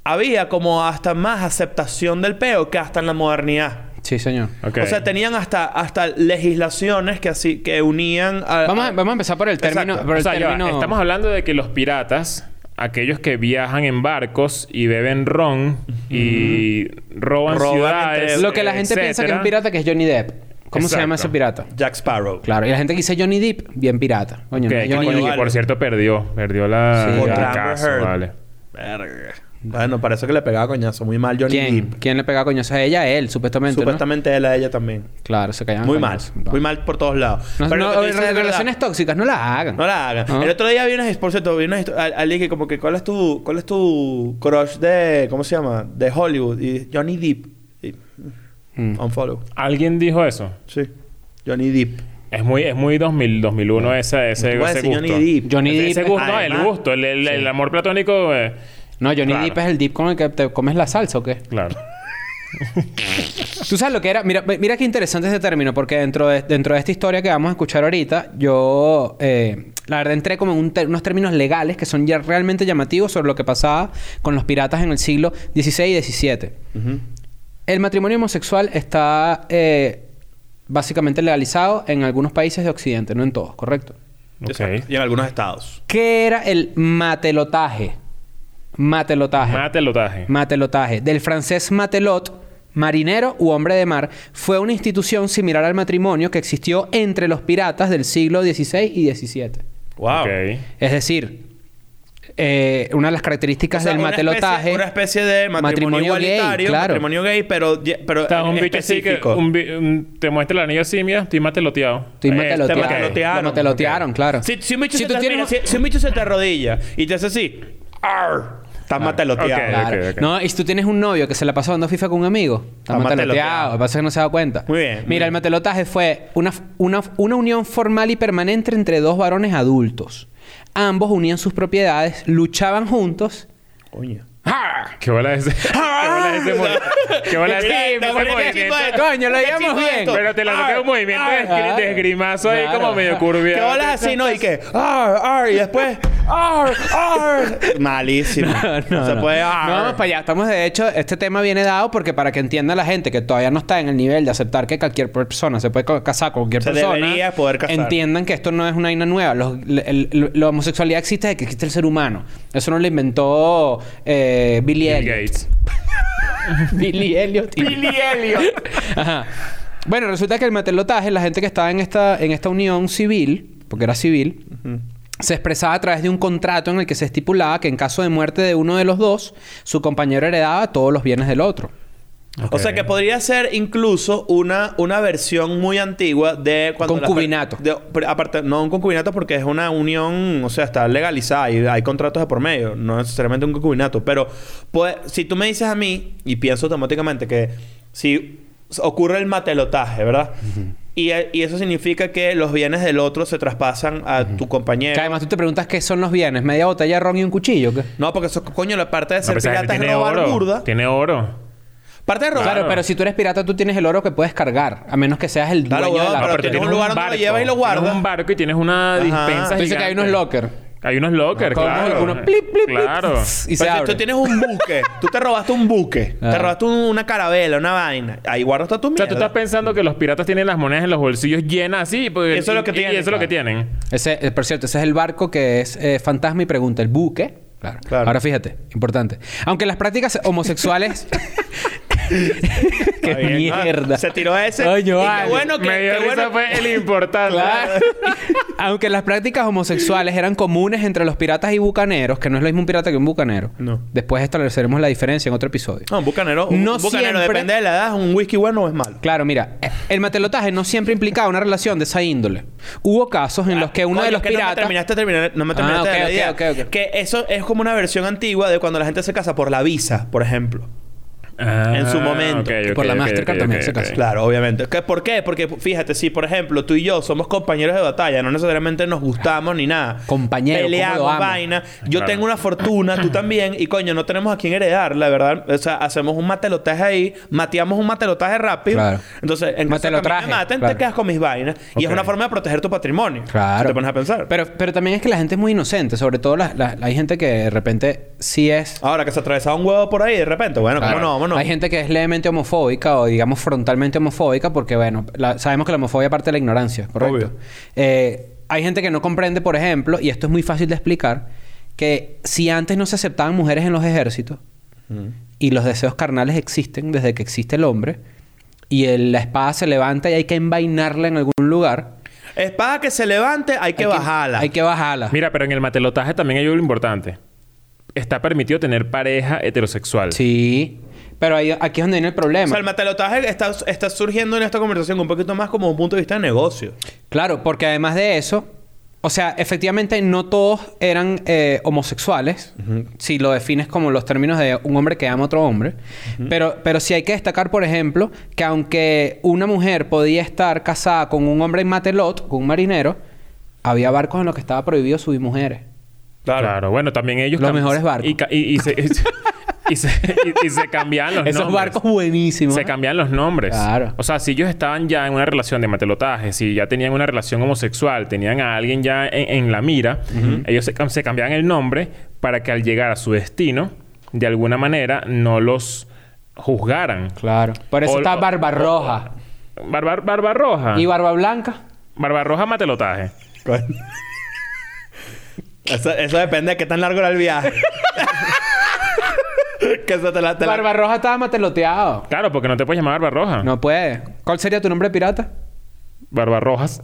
Speaker 3: había como hasta más aceptación del peo que hasta en la modernidad.
Speaker 4: Sí, señor.
Speaker 2: Ok.
Speaker 3: O sea, tenían hasta, hasta legislaciones que así que unían a,
Speaker 4: Vamos a, vamos a empezar por el término.
Speaker 3: Exacto.
Speaker 4: por Ah, el
Speaker 2: O sea, ya va.
Speaker 4: término-
Speaker 2: estamos hablando de que los piratas, aquellos que viajan en barcos y beben ron y roban,
Speaker 3: Roban
Speaker 2: ciudades,
Speaker 3: entre-
Speaker 4: Lo que la gente piensa que es un pirata que es Johnny Depp. ¿Cómo se
Speaker 2: Exacto.
Speaker 4: llama ese pirata?
Speaker 3: Jack Sparrow.
Speaker 4: Claro, y la gente que dice Johnny Depp, bien pirata. Coño, no
Speaker 2: Que,
Speaker 4: es
Speaker 2: que
Speaker 4: Johnny
Speaker 2: por,
Speaker 3: coño,
Speaker 4: Depp.
Speaker 3: vale.
Speaker 2: por cierto perdió, perdió la,
Speaker 4: Sí.
Speaker 2: la
Speaker 3: Contra Amber
Speaker 2: caso,
Speaker 3: Heard.
Speaker 2: vale.
Speaker 3: Verga. Bueno, parece que le pegaba coñazo muy mal Johnny
Speaker 4: ¿Quién?
Speaker 3: Depp.
Speaker 4: ¿Quién le pegaba coñazos a ella? Él, supuestamente. ¿no?
Speaker 3: Supuestamente él a ella también.
Speaker 4: Claro, se caían. a
Speaker 3: Muy mal.
Speaker 4: coñazos.
Speaker 3: Muy mal por todos lados.
Speaker 4: Ah, No,
Speaker 3: Pero
Speaker 4: no,
Speaker 3: lo que tú dices
Speaker 4: re-
Speaker 3: es verdad.
Speaker 4: relaciones tóxicas, no las hagan.
Speaker 3: No la hagan.
Speaker 4: Ah.
Speaker 3: El otro día vi unas... Por cierto, vi unas... histo- a- Alguien que como que... ¿Cuál es tu... ¿Cuál es tu crush de... ¿Cómo se llama? De Hollywood. Y Johnny Depp. Y-
Speaker 4: Mm.
Speaker 3: Unfollow.
Speaker 2: ¿Alguien dijo eso?
Speaker 3: Sí. Johnny Depp.
Speaker 2: Es muy, es muy 2000, 2001 ese, ese,
Speaker 3: Tú vas a
Speaker 2: ese
Speaker 3: decir
Speaker 2: gusto.
Speaker 3: Johnny Depp.
Speaker 4: Johnny
Speaker 2: ese,
Speaker 4: Depp.
Speaker 2: ese gusto, no, el
Speaker 3: Además-
Speaker 2: gusto, el, el- el amor platónico. eh,
Speaker 4: No, Johnny
Speaker 2: Claro.
Speaker 4: Depp es el dip con el que te comes la salsa o qué.
Speaker 2: claro.
Speaker 4: Tú sabes lo que era. Mira, mira qué interesante ese término, porque dentro de, dentro de esta historia que vamos a escuchar ahorita, yo, eh, la verdad, entré como en un ter- unos términos legales que son ya realmente llamativos sobre lo que pasaba con los piratas en el siglo XVI y XVII. El matrimonio homosexual está eh, básicamente legalizado en algunos países de Occidente, no en todos, ¿correcto?
Speaker 2: Ok.
Speaker 3: Exacto. Y en algunos estados.
Speaker 4: ¿Qué era el matelotaje? Matelotaje.
Speaker 2: Matelotaje.
Speaker 4: Matelotaje. Del francés matelot, marinero u hombre de mar, fue una institución similar al matrimonio que existió entre los piratas del siglo XVI y XVII.
Speaker 3: Wow.
Speaker 2: Ok.
Speaker 4: Es decir, eh, una de las
Speaker 3: O
Speaker 4: características
Speaker 3: sea,
Speaker 4: del
Speaker 3: una
Speaker 4: matelotaje.
Speaker 3: especie- Una especie, de matrimonio,
Speaker 4: gay,
Speaker 3: igualitario,
Speaker 4: claro.
Speaker 3: matrimonio gay, pero, pero
Speaker 2: O sea, un bicho así que
Speaker 3: específico.
Speaker 2: un bi- un- te muestra el anillo así, mira, estoy mateloteado.
Speaker 4: Estoy
Speaker 2: Eh,
Speaker 4: mateloteado.
Speaker 2: ok.
Speaker 3: matelotearon.
Speaker 4: Lo matelotearon, claro.
Speaker 3: Si, si un bicho
Speaker 4: Si
Speaker 3: se
Speaker 4: tú
Speaker 3: te,
Speaker 4: tienes
Speaker 3: mira, si,
Speaker 4: un-
Speaker 3: si un bicho se te arrodilla y te hace así, ¡ar! Estás mateloteado.
Speaker 2: ok.
Speaker 4: Claro.
Speaker 2: ok.
Speaker 4: No, y si tú tienes un novio que se la pasó dando FIFA con un amigo,
Speaker 3: Está
Speaker 4: está mateloteado.
Speaker 3: mateloteado.
Speaker 4: Lo que pasa es que no se ha dado cuenta.
Speaker 3: Muy bien, muy
Speaker 4: Mira, el
Speaker 3: bien.
Speaker 4: matelotaje fue una, una, una unión formal y permanente entre dos varones adultos. Ambos unían sus propiedades, luchaban juntos.
Speaker 3: Coño.
Speaker 4: ¡Ja!
Speaker 2: ¿Qué bola es ese? ¿Qué bola es ese mo- ¿Qué bola es
Speaker 3: Sí,
Speaker 2: ese-
Speaker 3: me
Speaker 2: ese
Speaker 3: parece que
Speaker 2: movimiento?
Speaker 3: sí,
Speaker 4: Coño, lo
Speaker 3: Qué
Speaker 4: llevamos
Speaker 3: chido
Speaker 4: bien.
Speaker 3: esto.
Speaker 2: Pero te lo toqué un movimiento de esgri- de esgrimazo ahí
Speaker 4: ah, Claro.
Speaker 2: como medio curvio.
Speaker 3: Ah, ¿Qué bolas así, no? Y que, ¡ar! ¡ar! Y después, ¡ar! ¡ar! Malísimo.
Speaker 4: No,
Speaker 3: se
Speaker 4: no.
Speaker 3: puede, ¡ar!
Speaker 4: No, para allá. Estamos, de hecho, este tema viene dado porque para que entienda la gente que todavía no está en el nivel de aceptar que cualquier persona se puede co- casar con cualquier
Speaker 3: Se
Speaker 4: persona.
Speaker 3: debería poder casar.
Speaker 4: Entiendan que esto no es una vaina nueva. Los- el- el- la homosexualidad existe desde que existe el ser humano. Eso no lo inventó eh, Billy
Speaker 2: Bill
Speaker 4: Elliot.
Speaker 2: Gates.
Speaker 4: Billy Elliot. Billy Elliot. Ajá. Bueno, resulta que el matelotaje, la gente que estaba en esta, en esta unión civil, porque era civil, se expresaba a través de un contrato en el que se estipulaba que en caso de muerte de uno de los dos, su compañero heredaba todos los bienes del otro.
Speaker 3: O sea que podría ser incluso una, una versión muy antigua de cuando las per-
Speaker 4: Concubinato.
Speaker 3: de- pero aparte, no un concubinato porque es una unión, o sea, está legalizada y hay contratos de por medio, no necesariamente un concubinato. Pero pues, si tú me dices a mí, y pienso automáticamente que si ocurre el matelotaje, ¿verdad? y, y eso significa que los bienes del otro se traspasan a tu compañero.
Speaker 4: Que además tú te preguntas qué son los bienes, media botella de ron y un cuchillo. ¿qué?
Speaker 3: No, porque eso, coño, la parte de
Speaker 2: No,
Speaker 3: ser
Speaker 2: pero esa gente
Speaker 3: pirata es
Speaker 2: tiene
Speaker 3: robar
Speaker 2: oro.
Speaker 3: burda.
Speaker 2: Tiene oro.
Speaker 3: Parte de robar.
Speaker 4: Claro, pero si tú eres pirata, tú tienes el oro que puedes cargar, a menos que seas el dueño
Speaker 3: Claro,
Speaker 4: de
Speaker 3: huevón,
Speaker 4: la
Speaker 3: pero
Speaker 4: propiedad.
Speaker 3: tienes un lugar donde lo llevas y lo guardas.
Speaker 2: Tienes un barco y tienes una
Speaker 3: Ajá.
Speaker 2: dispensa
Speaker 4: Entonces, que hay
Speaker 2: gigante.
Speaker 4: unos locker.
Speaker 2: Hay unos lockers,
Speaker 4: Como
Speaker 2: claro.
Speaker 4: algunos plip, plip, plip,
Speaker 2: Claro.
Speaker 4: y se
Speaker 3: Pero si
Speaker 4: abre.
Speaker 3: tú tienes un buque, tú te robaste un buque,
Speaker 4: Ah.
Speaker 3: te robaste un- una carabela, una vaina, ahí guardas toda tu
Speaker 2: O
Speaker 3: mierda.
Speaker 2: sea, tú estás pensando que los piratas tienen las monedas en los bolsillos llenas así. porque-
Speaker 3: Eso es lo que
Speaker 2: y-
Speaker 3: tienen,
Speaker 2: Y eso es lo que
Speaker 3: claro.
Speaker 2: tienen.
Speaker 4: Ese, eh, por cierto, ese es el barco que es eh, fantasma y pregunta. El buque. Claro.
Speaker 3: Claro.
Speaker 4: Ahora fíjate, importante. Aunque las prácticas homosexuales. ¡Qué
Speaker 3: Está bien, ¿no?
Speaker 4: mierda!
Speaker 3: Se tiró ese.
Speaker 4: Coño,
Speaker 3: Y qué
Speaker 4: vale.
Speaker 3: bueno que.
Speaker 2: Me dio
Speaker 3: qué
Speaker 2: risa
Speaker 3: bueno-
Speaker 2: fue el importante.
Speaker 4: Claro. Aunque las prácticas homosexuales eran comunes entre los piratas y bucaneros, que no es lo mismo un pirata que un bucanero.
Speaker 3: No.
Speaker 4: Después estableceremos la diferencia en otro episodio.
Speaker 3: No, un bucanero. un-
Speaker 4: No
Speaker 3: un bucanero,
Speaker 4: siempre-
Speaker 3: depende de la edad, un whisky bueno o es malo.
Speaker 4: Claro, mira, eh, el matelotaje no siempre implicaba una relación de esa índole. Hubo casos en los que uno
Speaker 3: Ah, Coño,
Speaker 4: de los
Speaker 3: que No me
Speaker 4: piratas.
Speaker 3: terminaste, de terminar- no me
Speaker 4: Ah,
Speaker 3: terminaste de
Speaker 4: ok,
Speaker 3: la idea.
Speaker 4: ok, ok, ok.
Speaker 3: Que eso es como una versión antigua de cuando la gente se casa por la visa, por ejemplo.
Speaker 2: Ah,
Speaker 3: En su momento.
Speaker 2: ok, ok,
Speaker 4: Por la
Speaker 2: ok,
Speaker 4: Mastercard
Speaker 2: ok,
Speaker 4: también,
Speaker 2: ok,
Speaker 4: si acaso.
Speaker 2: ok.
Speaker 3: Claro, obviamente. ¿Qué- ¿Por qué? Porque fíjate, si por ejemplo tú y yo somos compañeros de batalla, no necesariamente nos gustamos ni nada.
Speaker 4: Compañero, ¿cómo lo
Speaker 3: Peleamos
Speaker 4: amas?
Speaker 3: vaina. Yo
Speaker 2: Claro.
Speaker 3: tengo una fortuna, tú también, y coño, no tenemos a quién heredar, la verdad. O sea, hacemos un matelotaje ahí, mateamos un matelotaje rápido.
Speaker 4: Claro.
Speaker 3: Entonces, en caso de que a mí
Speaker 4: Matelotraje,
Speaker 3: me maten,
Speaker 4: claro.
Speaker 3: te quedas con mis vainas. Y es
Speaker 2: Ok.
Speaker 3: una forma de proteger tu patrimonio. Si
Speaker 4: Claro.
Speaker 3: te pones a pensar.
Speaker 4: Pero, pero también es que la gente es muy inocente. Sobre todo las- las- hay gente que de repente sí es...
Speaker 3: Ahora que se atravesaba un huevo por ahí, de repente, Ah, bueno,
Speaker 4: Claro.
Speaker 3: ¿cómo no? Vámonos.
Speaker 4: Hay gente que es levemente homofóbica o digamos frontalmente homofóbica porque, bueno, la- sabemos que la homofobia parte de la ignorancia, ¿correcto?
Speaker 3: Obvio.
Speaker 4: Eh, hay gente que no comprende, por ejemplo, y esto es muy fácil de explicar, que si antes no se aceptaban mujeres en los ejércitos
Speaker 3: Mm.
Speaker 4: y los deseos carnales existen desde que existe el hombre y el- la espada se levanta y hay que envainarla en algún lugar...
Speaker 3: Espada que se levante, hay que
Speaker 4: hay
Speaker 3: bajarla.
Speaker 4: Hay que bajarla.
Speaker 2: Mira, pero en el matelotaje también hay algo importante. Está permitido tener pareja heterosexual.
Speaker 4: Sí. Pero ahí- aquí es donde viene el
Speaker 3: O
Speaker 4: problema.
Speaker 3: sea, el matelotaje está, está surgiendo en esta conversación un poquito más como un punto de vista de negocio.
Speaker 4: Claro, porque además de eso, o sea, efectivamente no todos eran eh, homosexuales, si lo defines como los términos de un hombre que ama a otro hombre, pero, pero sí hay que destacar, por ejemplo, que aunque una mujer podía estar casada con un hombre en Matelot, con un marinero, había barcos en los que estaba prohibido subir mujeres.
Speaker 2: Claro. Bueno, también ellos...
Speaker 4: Los
Speaker 2: cam-
Speaker 4: mejores barcos.
Speaker 2: Y, ca- y- y se, y, se, y- y se cambiaban Ah, los
Speaker 4: Esos
Speaker 2: nombres.
Speaker 4: barcos buenísimos.
Speaker 2: Se cambian los nombres.
Speaker 4: Claro.
Speaker 2: O sea, si ellos estaban ya en una relación de matelotaje, si ya tenían una relación homosexual, tenían a alguien ya en, en la mira, ellos se, cam- se cambiaban el nombre para que al llegar a su destino, de alguna manera, no los juzgaran.
Speaker 4: Claro. Por eso
Speaker 2: O-
Speaker 4: está
Speaker 2: o-
Speaker 4: Barbarroja.
Speaker 2: Barbar- Barbarroja.
Speaker 4: ¿Y Barba Blanca?
Speaker 2: Barbarroja matelotaje.
Speaker 3: eso, eso depende de qué tan largo era el viaje. que se te la, te la-
Speaker 4: Barbarroja estaba mateloteado.
Speaker 2: Claro, porque no te puedes llamar
Speaker 3: Ah.
Speaker 2: Barbarroja.
Speaker 4: No puede. ¿Cuál sería tu nombre de pirata?
Speaker 2: Barbarrojas.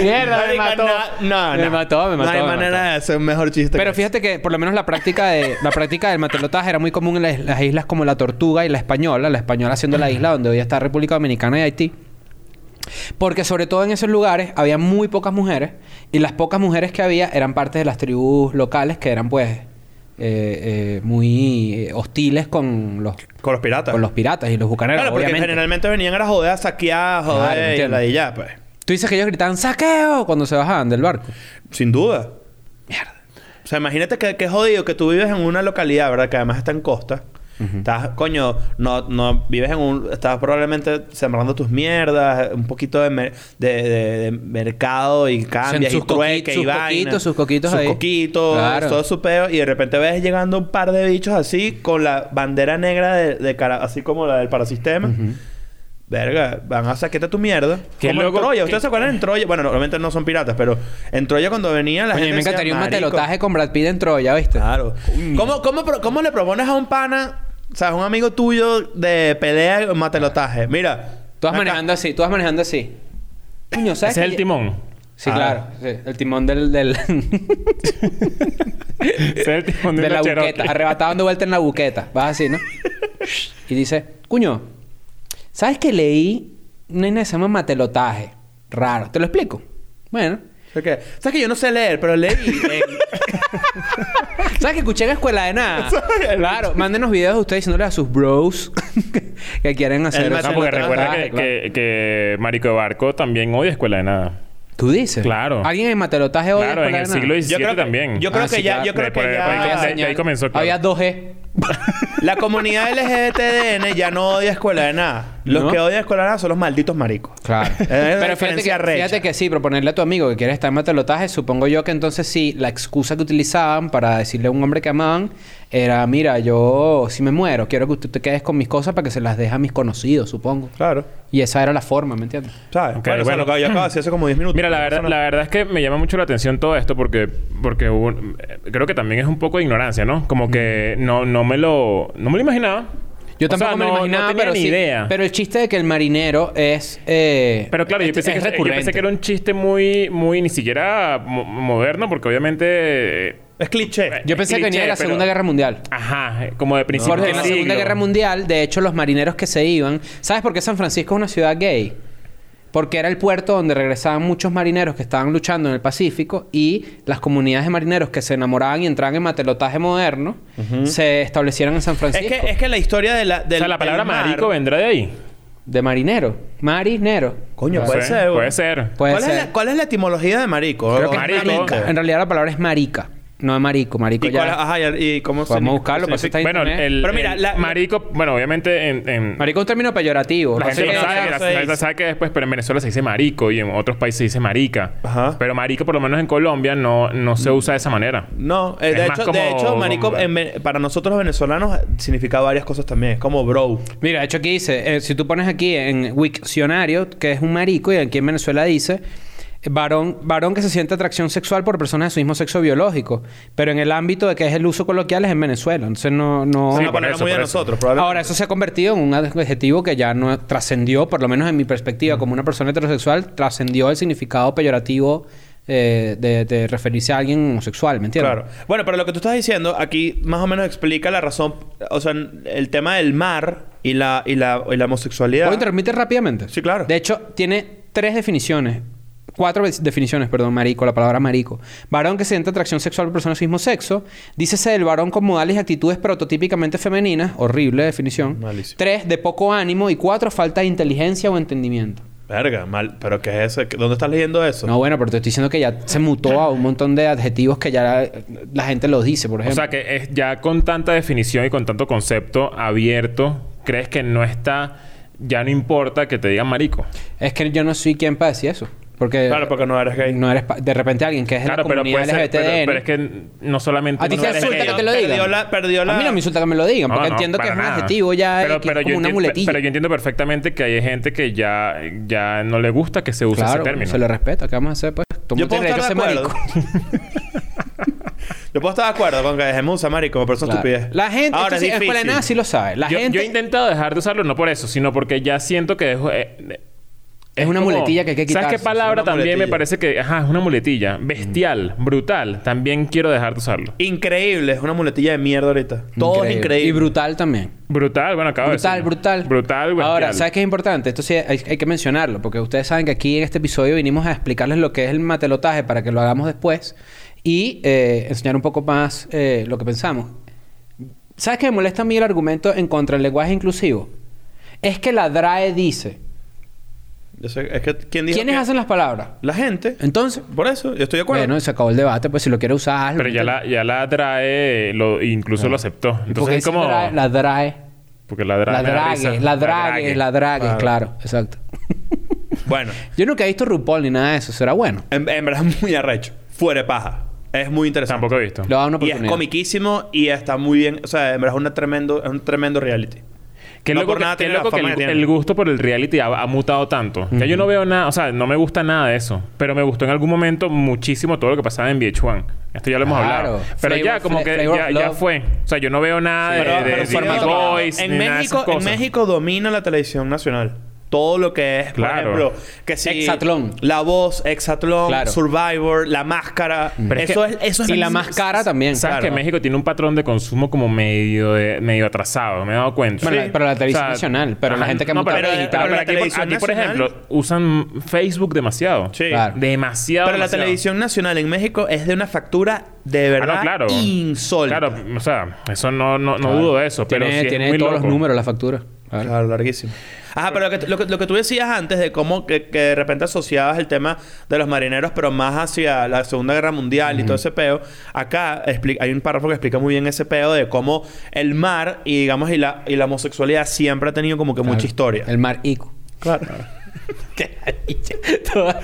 Speaker 4: Mierda, me
Speaker 3: Marica,
Speaker 4: mató.
Speaker 3: No, no,
Speaker 4: Me
Speaker 3: no.
Speaker 4: mató, me mató.
Speaker 3: No hay
Speaker 4: me
Speaker 3: manera
Speaker 4: mató.
Speaker 3: de hacer un mejor chiste.
Speaker 4: Pero
Speaker 3: que-
Speaker 4: fíjate que por lo menos la práctica de la práctica del matelotaje era muy común en las, las islas como la Tortuga y la Española, la Española siendo la isla donde hoy está República Dominicana y Haití. Porque sobre todo en esos lugares había muy pocas mujeres y las pocas mujeres que había eran parte de las tribus locales que eran pues eh, eh, muy eh, hostiles con los
Speaker 3: Con los piratas.
Speaker 4: con los piratas y los bucaneros.
Speaker 3: Claro, porque
Speaker 4: obviamente.
Speaker 3: generalmente venían a joder, a saquear, a
Speaker 4: Claro,
Speaker 3: joder, y
Speaker 4: entiendo.
Speaker 3: la y ya, pues.
Speaker 4: Tú dices que ellos gritaban saqueo cuando se bajaban del barco.
Speaker 3: Sin duda.
Speaker 4: Mierda.
Speaker 3: O sea, imagínate que, que jodido que tú vives en una localidad, ¿verdad? Que además está en costa. Estás, coño, no, no vives en un. Estás probablemente sembrando tus mierdas, un poquito de, mer- de, de- de mercado y cambias
Speaker 4: sus
Speaker 3: y trueque
Speaker 4: coqui-
Speaker 3: y
Speaker 4: sus
Speaker 3: vaina.
Speaker 4: coquitos, sus coquitos ahí.
Speaker 3: Sus coquitos,
Speaker 4: Claro.
Speaker 3: todo su peo. Y de repente ves llegando un par de bichos así, con la bandera negra de, de cara, así como la del parasistema. Verga, van a saquearte tu mierda.
Speaker 2: Qué
Speaker 3: Como en
Speaker 2: loco
Speaker 3: Troya.
Speaker 2: que-
Speaker 3: ¿Ustedes se acuerdan en Troya? Bueno, normalmente no son piratas, pero en Troya cuando venían la
Speaker 4: Coño, a mí
Speaker 3: gente
Speaker 4: me
Speaker 3: decía,
Speaker 4: encantaría un
Speaker 3: "Marico,
Speaker 4: matelotaje con Brad Pitt en Troya, ¿viste?
Speaker 3: Claro. ¿Cómo, cómo, pro- cómo le propones a un pana, o sea, a un amigo tuyo de pelea o matelotaje? Mira.
Speaker 4: Tú vas
Speaker 3: acá.
Speaker 4: manejando así, tú vas manejando así. Coño,
Speaker 2: Ese
Speaker 4: ¿sabes?
Speaker 2: es
Speaker 4: que
Speaker 2: el
Speaker 4: ya-
Speaker 2: timón.
Speaker 4: Sí,
Speaker 3: Ah.
Speaker 4: claro. sí, el timón del... del
Speaker 2: Ese es el timón de,
Speaker 4: de la
Speaker 2: una Cherokee.
Speaker 4: buqueta. Arrebatado dando vuelta en la buqueta. Vas así, ¿no? y dice, cuño, ¿sabes que leí una vaina que se llama matelotaje? Raro. ¿Te lo explico? Bueno.
Speaker 3: ¿Por qué? ¿Sabes que yo no sé leer, pero leí? en-
Speaker 4: ¿Sabes que escuché en la escuela de nada?
Speaker 3: ¿Sabes?
Speaker 4: claro. Mándenos videos de ustedes diciéndole a sus bros que, que quieren hacer...
Speaker 3: mate-
Speaker 2: No, Ah, porque
Speaker 3: Claro,
Speaker 2: recuerda
Speaker 4: claro,
Speaker 2: que,
Speaker 4: claro.
Speaker 2: que- que Marico de Barco también odia Escuela de Nada.
Speaker 4: ¿Tú dices?
Speaker 2: Claro.
Speaker 4: ¿Alguien en matelotaje hoy?
Speaker 2: Claro, en el siglo
Speaker 3: yo
Speaker 2: XVII
Speaker 3: creo que,
Speaker 2: también.
Speaker 3: Yo creo
Speaker 4: Ah,
Speaker 3: que
Speaker 4: sí,
Speaker 3: ya,
Speaker 4: claro.
Speaker 3: yo creo
Speaker 2: De-
Speaker 3: que
Speaker 2: por-
Speaker 3: ya-
Speaker 2: por- de- ahí comenzó, claro.
Speaker 4: Ah, Había E. 2G.
Speaker 3: la comunidad LGTBN ya no odia escuela de nada. Los
Speaker 4: No.
Speaker 3: que odian escuela de nada son los malditos maricos.
Speaker 4: Claro.
Speaker 3: Es una
Speaker 4: Pero fíjate
Speaker 3: diferencia
Speaker 4: que,
Speaker 3: recha.
Speaker 4: fíjate que sí, proponerle a tu amigo que quiere estar en matelotaje, supongo yo que entonces sí, la excusa que utilizaban para decirle a un hombre que amaban era, mira, yo si me muero, quiero que usted te quedes con mis cosas para que se las deje a mis conocidos, supongo.
Speaker 3: Claro.
Speaker 4: Y esa era la forma, ¿me entiendes?
Speaker 3: ¿Sabes?
Speaker 2: Ok,
Speaker 3: bueno, o sea,
Speaker 2: bueno.
Speaker 3: lo que yo acabo de hacer hace como 10 minutos.
Speaker 2: Mira, la verdad,
Speaker 3: Eso no-
Speaker 2: la verdad es que me llama mucho la atención todo esto porque, porque hubo un- eh, creo que también es un poco de ignorancia, ¿no? Como que no, no me lo no me lo imaginaba.
Speaker 4: Mm. Yo
Speaker 2: O sea,
Speaker 4: tampoco me
Speaker 2: no-
Speaker 4: lo
Speaker 2: no
Speaker 4: imaginaba,
Speaker 2: tenía
Speaker 4: pero
Speaker 2: ni
Speaker 4: sí.
Speaker 2: idea.
Speaker 4: Pero el chiste de que el marinero es... eh,
Speaker 2: Pero claro, yo
Speaker 4: es-
Speaker 2: pensé,
Speaker 4: es
Speaker 2: que, yo
Speaker 4: recurrente.
Speaker 2: pensé que era un chiste muy, muy ni siquiera mo- moderno, porque obviamente. eh,
Speaker 3: Es cliché.
Speaker 4: Yo pensé que venía de la
Speaker 2: cliché, pero-
Speaker 4: Segunda Guerra Mundial.
Speaker 2: Ajá, eh, como de principio.
Speaker 4: Porque
Speaker 2: de
Speaker 4: en la
Speaker 2: siglo.
Speaker 4: Segunda Guerra Mundial, de hecho, los marineros que se iban... ¿Sabes por qué San Francisco es una ciudad gay? Porque era el puerto donde regresaban muchos marineros que estaban luchando en el Pacífico y las comunidades de marineros que se enamoraban y entraban en matelotaje moderno se establecieron en San
Speaker 3: Es
Speaker 4: Francisco.
Speaker 3: que, es que la historia de la,
Speaker 2: O sea, la palabra marico
Speaker 3: vende.
Speaker 2: vendrá de ahí.
Speaker 4: De marinero. Marinero.
Speaker 3: Coño,
Speaker 2: No
Speaker 3: puede
Speaker 2: sé,
Speaker 3: ser.
Speaker 2: Puede
Speaker 3: güey.
Speaker 2: ser.
Speaker 4: Puede
Speaker 3: ¿Cuál,
Speaker 4: ser.
Speaker 3: Es la, cuál es la etimología de marico?
Speaker 4: Creo
Speaker 3: O
Speaker 4: que es
Speaker 2: marico.
Speaker 4: marica. En realidad la palabra es marica. No es marico. Marico
Speaker 3: ¿Y, cuál-
Speaker 4: ya...
Speaker 3: ajá, ya- y cómo se-
Speaker 4: Vamos a buscarlo,
Speaker 3: cómo
Speaker 4: pues,
Speaker 3: se-
Speaker 4: está ahí.
Speaker 2: Bueno,
Speaker 4: internet.
Speaker 2: el,
Speaker 3: Pero mira,
Speaker 2: el
Speaker 3: la-
Speaker 2: marico, bueno, obviamente en, en-
Speaker 4: Marico es un término peyorativo.
Speaker 2: la
Speaker 4: No sé
Speaker 2: gente lo
Speaker 3: no
Speaker 4: qué-
Speaker 2: sabe,
Speaker 3: sé,
Speaker 2: la-
Speaker 3: no sé.
Speaker 2: la gente sabe que después, pero en Venezuela se dice marico y en otros países se dice marica.
Speaker 3: Ajá.
Speaker 2: Pero marico, por lo menos en Colombia, no, no se usa de esa manera.
Speaker 3: No, eh, de,
Speaker 2: Es más
Speaker 3: hecho, de
Speaker 2: como-
Speaker 3: hecho, marico,
Speaker 2: como-
Speaker 3: en ve- para nosotros los venezolanos eh, significa varias cosas también. Es como bro.
Speaker 4: Mira, de hecho aquí dice, eh, si tú pones aquí en Wikcionario, que es un marico, y aquí en Venezuela dice, eh, varón, varón que se siente atracción sexual por personas de su mismo sexo biológico, pero en el ámbito de que es el uso coloquial es en Venezuela, entonces no... no...
Speaker 2: Sí,
Speaker 3: Una
Speaker 2: por
Speaker 3: palabra
Speaker 2: eso,
Speaker 3: muy de
Speaker 2: por eso.
Speaker 3: nosotros, probablemente.
Speaker 4: Ahora, eso se ha convertido en un adjetivo que ya no trascendió, por lo menos en mi perspectiva, como una persona heterosexual, trascendió el significado peyorativo eh, de, de referirse a alguien homosexual, ¿me entiendes?
Speaker 3: Claro. Bueno, pero lo que tú estás diciendo aquí más o menos explica la razón, o sea, el tema del mar y la, y la, y la homosexualidad.
Speaker 4: ¿Puedo interrumpir rápidamente?
Speaker 3: Sí, claro.
Speaker 4: De hecho, tiene tres definiciones. Cuatro ve- definiciones, perdón, marico, la palabra marico. Varón que siente atracción sexual por personas de su mismo sexo. Dícese del varón con modales y actitudes prototípicamente femeninas. Horrible definición.
Speaker 3: Malísimo.
Speaker 4: Tres, de poco ánimo. Y cuatro, falta de inteligencia o entendimiento.
Speaker 3: Verga, mal. ¿Pero qué es eso? ¿Dónde estás leyendo eso?
Speaker 4: No, bueno, pero te estoy diciendo que ya se mutó a un montón de adjetivos que ya la, la gente los dice, por
Speaker 2: O
Speaker 4: ejemplo.
Speaker 2: sea, que es, ya con tanta definición y con tanto concepto abierto, crees que no está... Ya no importa que te digan marico.
Speaker 4: Es que yo no soy quien para decir eso. Porque
Speaker 3: Claro, porque no eres gay.
Speaker 4: eh, no eres... pa- De repente alguien que es de
Speaker 2: Claro,
Speaker 4: la
Speaker 2: pero
Speaker 4: comunidad
Speaker 2: puede ser... Pero,
Speaker 4: LGBTN,
Speaker 2: pero es que no solamente...
Speaker 4: A ti
Speaker 2: no
Speaker 4: te
Speaker 2: eres
Speaker 4: insulta
Speaker 2: gay.
Speaker 4: que te lo
Speaker 3: Perdió
Speaker 4: digan.
Speaker 3: la- perdió la-
Speaker 4: A mí no me insulta que me lo digan, porque
Speaker 2: No, no,
Speaker 4: entiendo que es
Speaker 2: para
Speaker 4: un
Speaker 2: nada.
Speaker 4: adjetivo ya eh, que es
Speaker 2: yo
Speaker 4: como una
Speaker 2: entiendo-
Speaker 4: muletilla.
Speaker 2: pero yo entiendo perfectamente que hay gente que ya, ya no le gusta que se use
Speaker 4: claro,
Speaker 2: ese término.
Speaker 4: se lo respeta. ¿Qué vamos a hacer, pues? Todo
Speaker 3: Yo
Speaker 4: mundo
Speaker 3: puedo
Speaker 4: tiene
Speaker 3: estar
Speaker 4: derecho
Speaker 3: de
Speaker 4: a ser
Speaker 3: acuerdo.
Speaker 4: marico.
Speaker 3: Yo puedo estar de acuerdo con que dejemos usar marico, pero eso es
Speaker 4: Claro.
Speaker 3: estupidez.
Speaker 4: La gente...
Speaker 3: Ahora
Speaker 4: esto sí,
Speaker 3: es
Speaker 4: es para
Speaker 3: difícil.
Speaker 4: nada sí lo sabe. La
Speaker 2: yo,
Speaker 4: gente...
Speaker 2: yo he intentado dejar de usarlo no por eso, sino porque ya siento que dejo... eh, eh,
Speaker 4: Es una muletilla que hay que
Speaker 2: ¿Sabes
Speaker 4: quitarse?
Speaker 2: qué palabra
Speaker 3: Es una
Speaker 2: también me
Speaker 3: muletilla.
Speaker 2: parece que... Ajá, es una
Speaker 4: Mm.
Speaker 2: muletilla. Bestial, brutal. También quiero dejar de usarlo.
Speaker 3: Increíble, es una muletilla de mierda ahorita. Todo es increíble.
Speaker 4: Y brutal también.
Speaker 2: Brutal, bueno, acabo
Speaker 4: Brutal,
Speaker 2: de decir.
Speaker 4: brutal.
Speaker 2: Brutal, bestial.
Speaker 4: Ahora, ¿sabes qué es importante? Esto sí hay, hay que mencionarlo, porque ustedes saben que aquí en este episodio vinimos a explicarles lo que es el matelotaje para que lo hagamos después y eh, enseñar un poco más eh, lo que pensamos. ¿Sabes qué me molesta a mí el argumento en contra del lenguaje inclusivo? Es que la DRAE dice:
Speaker 3: Yo sé- es que, ¿quién dijo
Speaker 4: ¿Quiénes
Speaker 3: que-
Speaker 4: hacen las palabras?
Speaker 3: La gente.
Speaker 4: Entonces,
Speaker 3: Por eso, yo estoy de acuerdo.
Speaker 4: bueno, se acabó el debate, pues si lo quiere usar, hazlo.
Speaker 2: Pero ya la, ya la DRAE lo, incluso lo aceptó.
Speaker 4: ¿Y por qué
Speaker 2: Entonces es
Speaker 4: dice
Speaker 2: como...
Speaker 4: DRAE? La DRAE.
Speaker 2: Porque la DRAE...
Speaker 4: La
Speaker 2: me da
Speaker 4: drague,
Speaker 2: risa.
Speaker 4: la drague, la drague,
Speaker 3: Claro.
Speaker 4: claro, exacto.
Speaker 3: Bueno,
Speaker 4: Yo nunca he visto RuPaul ni nada de eso. Será bueno.
Speaker 3: en, en verdad es muy arrecho. Fuera de paja. Es muy interesante.
Speaker 2: Tampoco he visto.
Speaker 4: Le voy a dar
Speaker 3: Y
Speaker 4: Ah, una
Speaker 3: es
Speaker 4: oportunidad.
Speaker 3: comiquísimo y está muy bien. O sea, en verdad es, una tremendo, es un tremendo reality.
Speaker 2: Qué
Speaker 3: No
Speaker 2: loco,
Speaker 3: por
Speaker 2: que,
Speaker 3: nada
Speaker 2: qué
Speaker 3: tiene la
Speaker 2: loco que
Speaker 3: fama
Speaker 2: el,
Speaker 3: que tiene.
Speaker 2: el gusto por el reality ha, ha mutado tanto. Ya yo no veo nada, o sea, no me gusta nada de eso. Pero me gustó en algún momento muchísimo todo lo que pasaba en VH1. Esto ya lo hemos
Speaker 4: Claro.
Speaker 2: hablado. Pero
Speaker 4: Flavor-
Speaker 2: ya, como
Speaker 4: Fla-
Speaker 2: que
Speaker 4: Flavor
Speaker 2: ya,
Speaker 4: of
Speaker 2: ya
Speaker 4: Love.
Speaker 2: fue. O sea, yo no veo nada de,
Speaker 3: Pero-
Speaker 2: de,
Speaker 3: pero
Speaker 2: de
Speaker 3: formato-
Speaker 2: Beastie Boys,
Speaker 3: en
Speaker 2: ni nada de
Speaker 3: México,
Speaker 2: esas
Speaker 3: en
Speaker 2: cosas.
Speaker 3: México domina la televisión nacional. Todo lo que es,
Speaker 2: Claro.
Speaker 3: por ejemplo, que si
Speaker 4: Hexatlón.
Speaker 3: La voz, Exatlón,
Speaker 4: Claro.
Speaker 3: Survivor, la máscara.
Speaker 2: Pero es
Speaker 3: eso
Speaker 2: que-
Speaker 3: es, eso es
Speaker 4: Y la más cara también.
Speaker 2: Sabes que
Speaker 3: Claro.
Speaker 2: México tiene un patrón de consumo como medio de, medio atrasado, me he dado cuenta.
Speaker 4: Bueno, la- pero la televisión nacional, pero la gente que
Speaker 2: no,
Speaker 4: muta-
Speaker 2: pero,
Speaker 3: pero-
Speaker 2: digital.
Speaker 3: pero la
Speaker 2: aquí, por-
Speaker 3: televisión
Speaker 2: aquí, por
Speaker 3: nacional-
Speaker 2: ejemplo, usan Facebook demasiado.
Speaker 3: Sí.
Speaker 4: Claro.
Speaker 2: Demasiado.
Speaker 3: Pero la
Speaker 2: demasiado.
Speaker 3: televisión nacional en México es de una factura de
Speaker 2: Ah,
Speaker 3: verdad
Speaker 2: no, claro.
Speaker 3: insólita.
Speaker 2: Claro, o sea, eso no, no, no dudo de eso.
Speaker 4: Tiene,
Speaker 2: pero sí es
Speaker 4: tiene
Speaker 2: muy
Speaker 4: todos los
Speaker 2: loco.
Speaker 4: números, la factura. Claro.
Speaker 3: Claro, larguísimo. Ajá, pero lo que, lo, que, lo que tú decías antes de cómo que, que de repente asociabas el tema de los marineros, pero más hacia la Segunda Guerra Mundial y todo ese peo, acá expli- hay un párrafo que explica muy bien ese peo de cómo el mar y digamos y la, y la homosexualidad siempre ha tenido como que mucha historia.
Speaker 4: El mar Ico.
Speaker 3: Claro.
Speaker 4: todo,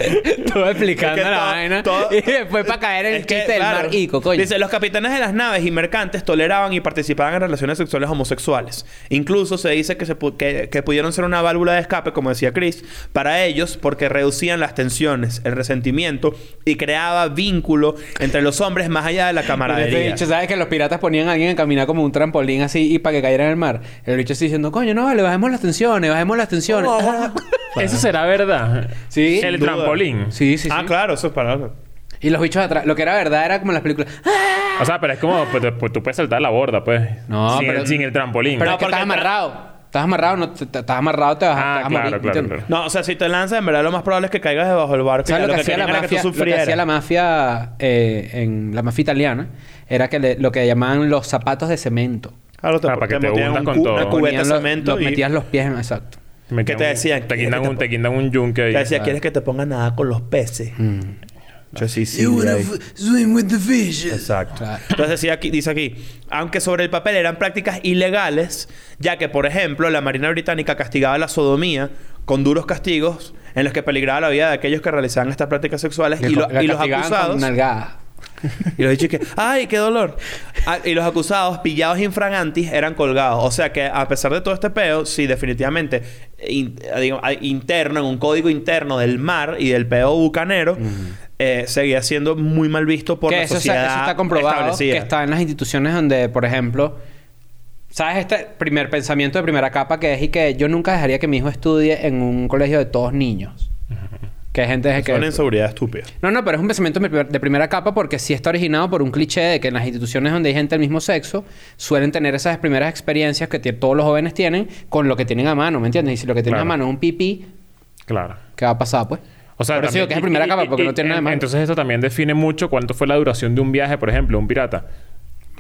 Speaker 4: todo explicando
Speaker 3: Es que
Speaker 4: la
Speaker 3: todo-
Speaker 4: vaina.
Speaker 3: todo-
Speaker 4: y después para caer en el
Speaker 3: Es que,
Speaker 4: chiste del
Speaker 3: claro.
Speaker 4: mar Ico, coño.
Speaker 3: Dice, los capitanes de las naves y mercantes toleraban y participaban en relaciones sexuales homosexuales. Incluso se dice que, se pu- que, que pudieron ser una válvula de escape, como decía Chris, para ellos porque reducían las tensiones, el resentimiento y creaba vínculo entre los hombres más allá de la
Speaker 4: Este
Speaker 3: camaradería.
Speaker 4: bicho, ¿sabes que los piratas ponían a alguien a caminar como un trampolín así y para que cayera en el mar? El bicho está diciendo, coño, no, vale, bajemos las tensiones, bajemos las tensiones.
Speaker 2: Eso será verdad.
Speaker 4: Sí,
Speaker 2: El
Speaker 4: sin duda.
Speaker 2: trampolín.
Speaker 4: sí, sí, sí.
Speaker 3: ah, claro, eso es para...
Speaker 4: Y los bichos atrás. Lo que era verdad era como en las películas.
Speaker 2: O sea, pero es como, pues, te- pues, tú puedes saltar la borda, pues.
Speaker 4: No,
Speaker 2: sin,
Speaker 4: pero-
Speaker 2: el, sin el trampolín.
Speaker 4: Pero
Speaker 3: No,
Speaker 4: es que
Speaker 3: porque
Speaker 4: estás
Speaker 3: tra-
Speaker 4: amarrado. Estás amarrado, no, te- te- estás amarrado, te vas,
Speaker 2: Ah,
Speaker 4: te vas a
Speaker 2: claro,
Speaker 4: morir.
Speaker 2: claro, claro.
Speaker 4: ¿entiendes?
Speaker 3: No, o sea, si te lanzas, en verdad lo más probable es que caigas debajo del barco. y
Speaker 4: ¿Sabes
Speaker 3: ya
Speaker 4: lo que, hacía
Speaker 3: querían
Speaker 4: la
Speaker 3: era
Speaker 4: mafia,
Speaker 3: tú
Speaker 4: lo que hacía la mafia eh, en la mafia italiana era que le- lo que llamaban los zapatos de cemento.
Speaker 3: Claro, te,
Speaker 2: Ah, para que te
Speaker 3: metían
Speaker 2: hundas
Speaker 3: un
Speaker 2: con
Speaker 3: cu-
Speaker 2: todo.
Speaker 3: una cubeta de
Speaker 4: Ponían los-
Speaker 3: cemento
Speaker 4: los
Speaker 3: y
Speaker 4: metías los pies en exacto.
Speaker 2: Me
Speaker 3: ¿Qué
Speaker 2: quedan
Speaker 3: te
Speaker 2: un-
Speaker 3: decían?
Speaker 2: Te
Speaker 3: ¿Qué
Speaker 2: quitan
Speaker 3: te
Speaker 2: un,
Speaker 3: po-
Speaker 2: te quitan un yunque ahí. Ah.
Speaker 3: te decía, ¿quieres que te ponga nada con los peces? Yo sí, sí. ahí.
Speaker 4: swim with the fishes.
Speaker 3: Exacto.
Speaker 4: Claro.
Speaker 3: Entonces sí, aquí, dice aquí, aunque sobre el papel eran prácticas ilegales, ya que, por ejemplo, la Marina Británica castigaba la sodomía con duros castigos en los que peligraba la vida de aquellos que realizaban estas prácticas sexuales y, lo- y los acusados... Y los dichos que, ¡ay, qué dolor! Ah, y los acusados, pillados infragantis, eran colgados. O sea que, a pesar de todo este peo, sí, definitivamente, in- eh, digo, ah, interno, en un código interno del mar y del peo bucanero, eh, seguía siendo muy mal visto por
Speaker 4: que
Speaker 3: la
Speaker 4: eso, está-
Speaker 3: sociedad
Speaker 4: eso está comprobado
Speaker 3: establecida.
Speaker 4: que está en las instituciones donde, por ejemplo, ¿sabes este primer pensamiento de primera capa que es y que yo nunca dejaría que mi hijo estudie en un colegio de todos niños? Que hay gente de que...
Speaker 3: Son inseguridad estúpida.
Speaker 4: No, no, pero es un pensamiento de primer- de primera capa porque sí está originado por un cliché de que en las instituciones donde hay gente del mismo sexo suelen tener esas primeras experiencias que tie- todos los jóvenes tienen con lo que tienen a mano, ¿me entiendes? Y si lo que tienen
Speaker 2: Claro.
Speaker 4: a mano es un pipí,
Speaker 2: Claro.
Speaker 4: ¿qué va a pasar, pues?
Speaker 2: O sea,
Speaker 4: Por eso digo
Speaker 2: también-
Speaker 4: que es de primera
Speaker 2: y-
Speaker 4: capa
Speaker 2: y-
Speaker 4: porque
Speaker 2: y-
Speaker 4: no tiene nada de
Speaker 2: en-
Speaker 4: malo.
Speaker 2: Entonces eso también define mucho cuánto fue la duración de un viaje, por ejemplo, un pirata.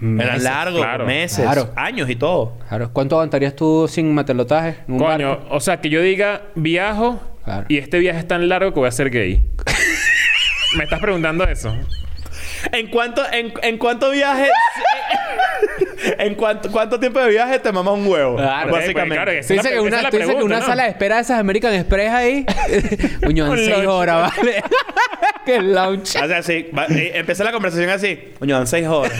Speaker 3: Eran largos,
Speaker 2: claro.
Speaker 3: Mm. meses,
Speaker 4: Claro.
Speaker 3: años y todo.
Speaker 4: Claro. ¿Cuánto aguantarías tú sin matelotaje? en un
Speaker 2: Coño,
Speaker 4: barco?
Speaker 2: o sea, que yo diga viajo
Speaker 4: Claro.
Speaker 2: y este viaje es tan largo que voy a ser gay. ¿Me estás preguntando eso?
Speaker 3: ¿En cuánto, en, en cuánto viaje... ¿En cuánto, cuánto tiempo de viaje te mamas un huevo?
Speaker 4: Claro.
Speaker 3: básicamente.
Speaker 2: Claro,
Speaker 4: Tú dices que una, tú dices que una sala de espera de esas American Express ahí... Coño,
Speaker 2: Un
Speaker 4: en seis
Speaker 2: lounge.
Speaker 4: horas, ¿vale? que el lounge...
Speaker 3: O sea, sí. va- eh, empecé la conversación así. Coño, dan seis horas.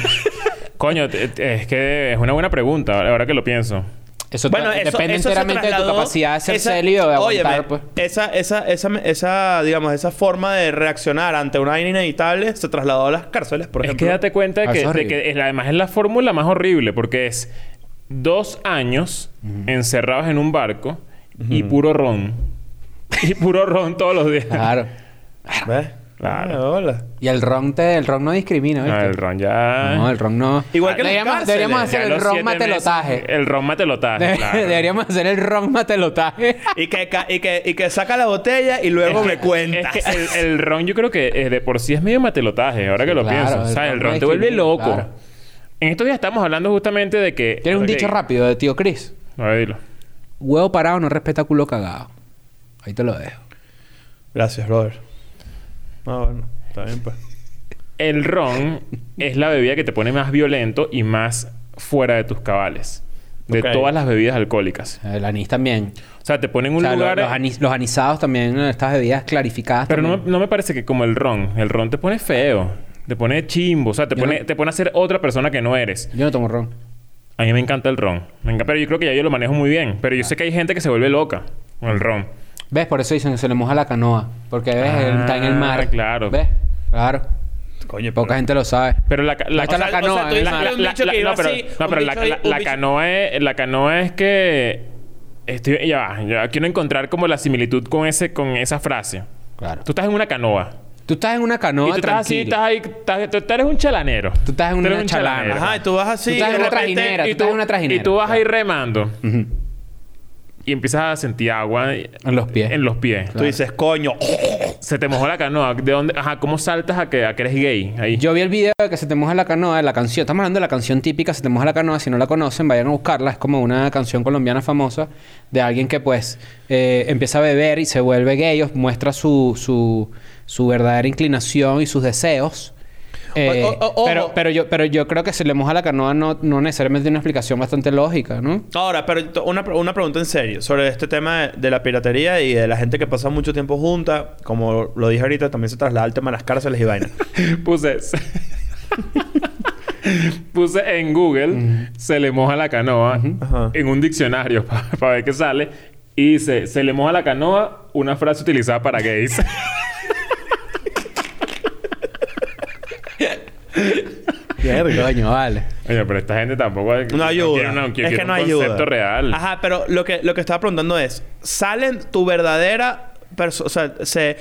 Speaker 2: Coño, te- te- es que es una buena pregunta, ahora que lo pienso.
Speaker 4: Eso
Speaker 3: bueno,
Speaker 4: tra-
Speaker 3: eso,
Speaker 4: depende
Speaker 3: eso se
Speaker 4: enteramente de tu
Speaker 3: trasladó-
Speaker 4: capacidad de ser
Speaker 3: esa-
Speaker 4: serio, de aguantar,
Speaker 3: óyeme,
Speaker 4: pues.
Speaker 3: Esa, esa, esa, esa, digamos, esa forma de reaccionar ante una vaina inevitable se trasladó a las cárceles, por
Speaker 2: Es
Speaker 3: ejemplo.
Speaker 2: que date cuenta de
Speaker 4: Ah,
Speaker 2: que,
Speaker 4: eso es
Speaker 2: de
Speaker 4: horrible.
Speaker 2: que es la- además es la fórmula más horrible porque es dos años encerrados en un barco y puro ron. Y puro ron todos los días.
Speaker 4: Claro.
Speaker 3: ¿Ves?
Speaker 2: Claro.
Speaker 3: Ah, hola.
Speaker 4: Y el ron te, el ron no discrimina, ¿viste?
Speaker 2: No, Ah, el ron ya.
Speaker 4: No, el ron no.
Speaker 3: Igual que en las
Speaker 4: deberíamos,
Speaker 3: cárceles.
Speaker 4: deberíamos
Speaker 2: Ya
Speaker 4: hacer el
Speaker 2: los
Speaker 4: ron
Speaker 2: siete
Speaker 4: matelotaje.
Speaker 2: meses- el ron matelotaje,
Speaker 4: De-
Speaker 2: claro.
Speaker 4: Deberíamos hacer el ron matelotaje.
Speaker 3: Y que, ca- y, que, y que saca la botella y luego
Speaker 2: Es que-
Speaker 3: me cuenta.
Speaker 2: Es que el, el ron yo creo que eh, de por sí es medio matelotaje, ahora que lo
Speaker 4: claro,
Speaker 2: pienso. O
Speaker 4: el
Speaker 2: sea,
Speaker 4: ron
Speaker 2: el
Speaker 4: no
Speaker 2: ron te
Speaker 4: discrimina,
Speaker 2: vuelve loco.
Speaker 4: claro.
Speaker 2: En estos días estamos hablando justamente de que...
Speaker 4: Tienes un
Speaker 2: ok,
Speaker 4: dicho rápido de tío Chris.
Speaker 2: A ver, dilo.
Speaker 4: Huevo parado no respeta culo cagado. Ahí te lo dejo.
Speaker 3: Gracias, Robert. Ah, bueno. Está bien, pues.
Speaker 2: El ron es la bebida que te pone más violento y más fuera de tus cabales. De
Speaker 3: Ok.
Speaker 2: todas las bebidas alcohólicas.
Speaker 4: El anís también.
Speaker 2: O sea, te ponen en
Speaker 4: O
Speaker 2: un
Speaker 4: sea, lo-
Speaker 2: lugar...
Speaker 4: los, anis- los anisados también, estas bebidas clarificadas.
Speaker 2: Pero no,
Speaker 4: también.
Speaker 2: me- no me parece que como el ron. El ron te pone feo. Te pone chimbo. O sea, te
Speaker 4: Yo
Speaker 2: pone,
Speaker 4: no-
Speaker 2: te pone a ser otra persona que no eres.
Speaker 4: Yo no tomo ron.
Speaker 2: A mí me encanta el ron. Me encanta, pero yo creo que ya yo lo manejo muy bien. Pero yo
Speaker 4: Ah.
Speaker 2: sé que hay gente que se vuelve loca con el ron.
Speaker 4: ¿Ves? Por eso dicen que se le moja la canoa. Porque ves,
Speaker 2: Ah,
Speaker 4: Él está en el mar.
Speaker 2: claro.
Speaker 4: ¿Ves? Claro.
Speaker 3: Coño,
Speaker 4: Poca
Speaker 3: pero-
Speaker 4: gente lo sabe.
Speaker 2: Pero la, ca- la-
Speaker 4: Ahí está
Speaker 2: o sea,
Speaker 4: la canoa,
Speaker 2: o sea, tú
Speaker 4: ¿eh?
Speaker 2: dices
Speaker 4: La-
Speaker 2: que era un
Speaker 3: la-
Speaker 2: bicho
Speaker 3: la-
Speaker 2: que iba
Speaker 3: no, pero-
Speaker 2: así,
Speaker 3: no,
Speaker 2: no,
Speaker 3: un
Speaker 2: pero la,
Speaker 3: bicho-
Speaker 2: la-
Speaker 3: un
Speaker 2: la
Speaker 3: bicho-
Speaker 2: canoa es, la canoa es que estoy, ya va, ya quiero encontrar como la similitud con ese, con esa frase.
Speaker 4: Claro.
Speaker 2: Tú estás en una canoa.
Speaker 4: Tú estás en una
Speaker 2: y
Speaker 4: canoa
Speaker 2: tú estás así,
Speaker 4: tranquila.
Speaker 2: estás ahí, estás- tú, tú eres un chalanero.
Speaker 4: Tú estás
Speaker 2: Tú
Speaker 4: en
Speaker 2: eres
Speaker 4: una
Speaker 2: un
Speaker 4: chalana.
Speaker 2: chalanero.
Speaker 3: Ajá, y tú vas así.
Speaker 4: Tú estás
Speaker 3: y
Speaker 4: en
Speaker 3: de
Speaker 4: una
Speaker 3: repente-
Speaker 4: trajinera. tú
Speaker 2: y tú,
Speaker 4: estás en una trajinera.
Speaker 2: y tú vas ahí remando.
Speaker 4: Ujú.
Speaker 2: Y empiezas a sentir agua y-
Speaker 4: En los pies.
Speaker 2: En los pies.
Speaker 3: Tú dices, coño.
Speaker 2: Se te mojó la canoa. ¿De dónde? Ajá, ¿cómo saltas a que, a que eres gay? Ahí.
Speaker 4: Yo vi el video de que se te moja la canoa, de la canción. Estamos hablando de la canción típica, se te moja la canoa. Si no la conocen, vayan a buscarla. Es como una canción colombiana famosa de alguien que, pues, eh, empieza a beber y se vuelve gay. o muestra su, su, su verdadera inclinación y sus deseos. Eh,
Speaker 3: O- o- o-
Speaker 4: pero,
Speaker 3: ojo.
Speaker 4: pero, yo, pero yo creo que se le moja la canoa no, no necesariamente tiene una explicación bastante lógica, ¿no?
Speaker 3: Ahora, pero t- una, pre- una pregunta en serio sobre este tema de, de la piratería y de la gente que pasa mucho tiempo junta. Como lo dije ahorita, también se traslada el tema de las cárceles y vainas.
Speaker 2: Puse. se- Puse en Google, se le moja la canoa,
Speaker 3: Ajá.
Speaker 2: en un diccionario para ver qué sale. Y dice, se le moja la canoa, una frase utilizada para gays.
Speaker 4: Coño, vale.
Speaker 2: Oye, pero esta gente tampoco... hay-
Speaker 3: No ayuda.
Speaker 2: tiene una-
Speaker 3: es
Speaker 2: tiene
Speaker 3: que
Speaker 2: un
Speaker 3: no ayuda.
Speaker 2: concepto real.
Speaker 3: Ajá, pero lo que, lo que estaba preguntando es: ¿salen tu verdadera persona? O sea, se.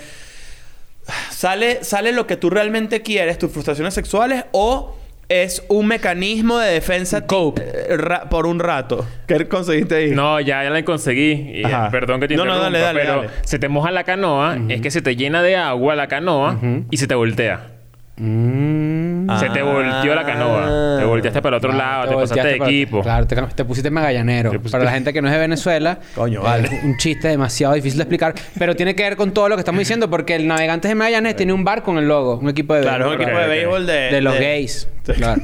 Speaker 3: Sale, ¿Sale lo que tú realmente quieres, tus frustraciones sexuales, o es un mecanismo de defensa
Speaker 4: Cope.
Speaker 3: ti- eh, ra- por un rato. ¿Qué conseguiste ahí?
Speaker 2: No, ya, ya la conseguí. Y,
Speaker 3: Ajá.
Speaker 2: eh, perdón que te
Speaker 3: No, no,
Speaker 2: interrumpa,
Speaker 3: dale, dale,
Speaker 2: pero
Speaker 3: dale.
Speaker 2: se te moja la canoa, es que se te llena de agua la canoa y se te voltea.
Speaker 4: Mm.
Speaker 2: Se te
Speaker 3: Ah.
Speaker 2: volteó la canoa. Te volteaste para el otro lado, te, pasaste de
Speaker 4: Ah. volteaste para-
Speaker 2: equipo.
Speaker 4: Claro, te, te pusiste magallanero.
Speaker 2: Te pusiste-
Speaker 4: Para la gente que no es de Venezuela,
Speaker 3: Coño,
Speaker 4: eh,
Speaker 3: vale.
Speaker 4: un chiste demasiado difícil de explicar, pero tiene que ver con todo lo que estamos diciendo, porque el navegante de Magallanes tiene un bar con el logo, un equipo de
Speaker 3: Claro, es un equipo
Speaker 4: béisbol,
Speaker 2: Ok,
Speaker 3: de
Speaker 2: ok.
Speaker 3: béisbol de...
Speaker 4: de los
Speaker 3: de-
Speaker 4: gays. Claro.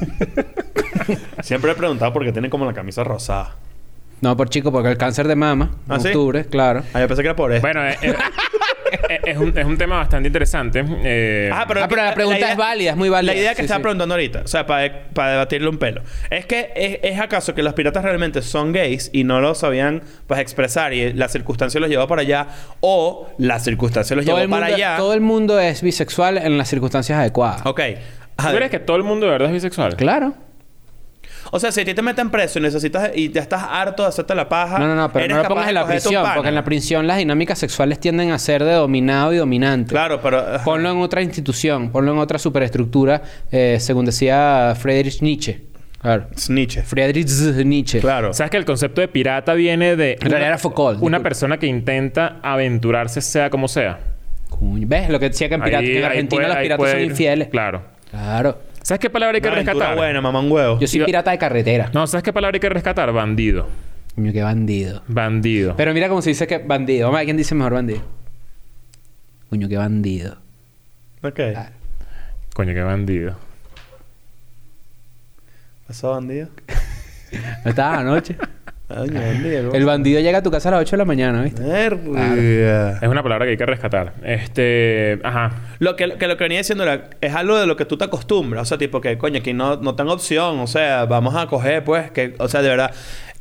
Speaker 3: Siempre he preguntado por qué tienen como la camisa rosada.
Speaker 4: No, por chico, porque el cáncer de mama, en
Speaker 3: ¿Ah, sí?
Speaker 4: octubre, claro.
Speaker 3: Ah, yo pensé que era por eso.
Speaker 2: Bueno, eh, eh, eh, es, un, es un tema bastante interesante. eh,
Speaker 4: Ah, pero la pregunta es válida, es muy válida.
Speaker 3: La idea que
Speaker 4: Sí,
Speaker 3: estaba
Speaker 4: sí.
Speaker 3: preguntando ahorita, o sea, para, para debatirle un pelo, es que es, es acaso que los piratas realmente son gays y no lo sabían pues expresar y la circunstancia los llevó para allá o la circunstancia los
Speaker 4: Todo el,
Speaker 3: llevó
Speaker 4: mundo,
Speaker 3: para allá.
Speaker 4: todo el mundo es bisexual en las circunstancias adecuadas.
Speaker 3: Ok.
Speaker 2: ¿Tú
Speaker 3: A ver.
Speaker 2: crees que todo el mundo de verdad es bisexual?
Speaker 4: Claro.
Speaker 3: O sea, si a ti te meten preso y necesitas y ya estás harto de hacerte la paja,
Speaker 4: No, no, no, pero
Speaker 3: Ah, eres
Speaker 4: no lo
Speaker 3: capaz
Speaker 4: pongas
Speaker 3: de
Speaker 4: en la
Speaker 3: cogerte un
Speaker 4: prisión,
Speaker 3: pana.
Speaker 4: porque en la prisión las dinámicas sexuales tienden a ser de dominado y dominante.
Speaker 3: Claro, pero ajá.
Speaker 4: Ponlo en otra institución, ponlo en otra superestructura, eh, según decía Friedrich Nietzsche. Claro.
Speaker 3: Es Nietzsche.
Speaker 4: Friedrich Nietzsche.
Speaker 3: Claro.
Speaker 2: ¿Sabes que el concepto de pirata viene de...
Speaker 4: En realidad era Foucault,
Speaker 2: Una
Speaker 4: disculpa.
Speaker 2: persona que intenta aventurarse sea como sea.
Speaker 4: Coño, ¿Ves? Lo que decía que en, pirata-
Speaker 2: Ahí-
Speaker 4: que en
Speaker 2: ahí
Speaker 4: Argentina
Speaker 2: puede-
Speaker 4: los
Speaker 2: ahí
Speaker 4: piratas
Speaker 2: puede
Speaker 4: son
Speaker 2: ir.
Speaker 4: infieles.
Speaker 2: Claro.
Speaker 4: Claro.
Speaker 2: ¿Sabes qué palabra hay que
Speaker 3: Una aventura
Speaker 2: rescatar?
Speaker 3: buena, mamá un huevo.
Speaker 4: Yo soy
Speaker 2: Iba-
Speaker 4: pirata de carretera.
Speaker 2: No, ¿sabes qué palabra hay que rescatar? Bandido.
Speaker 4: Coño, qué bandido.
Speaker 2: Bandido.
Speaker 4: Pero mira cómo se dice que bandido. Vamos a ver quién dice mejor bandido. Coño, qué bandido.
Speaker 3: Ok.
Speaker 2: Coño, qué bandido.
Speaker 3: Pasó bandido.
Speaker 4: No estabas anoche.
Speaker 3: Coño, bandido.
Speaker 4: El bandido llega a tu casa a las 8 de la mañana, ¿viste?
Speaker 3: Verga.
Speaker 2: Es una palabra que hay que rescatar. Este... Ajá.
Speaker 3: Lo que, que lo que venía diciendo era, es algo de lo que tú te acostumbras. O sea, tipo que, coño, aquí no, no tengo opción. O sea, vamos a coger, pues, que, o sea, de verdad.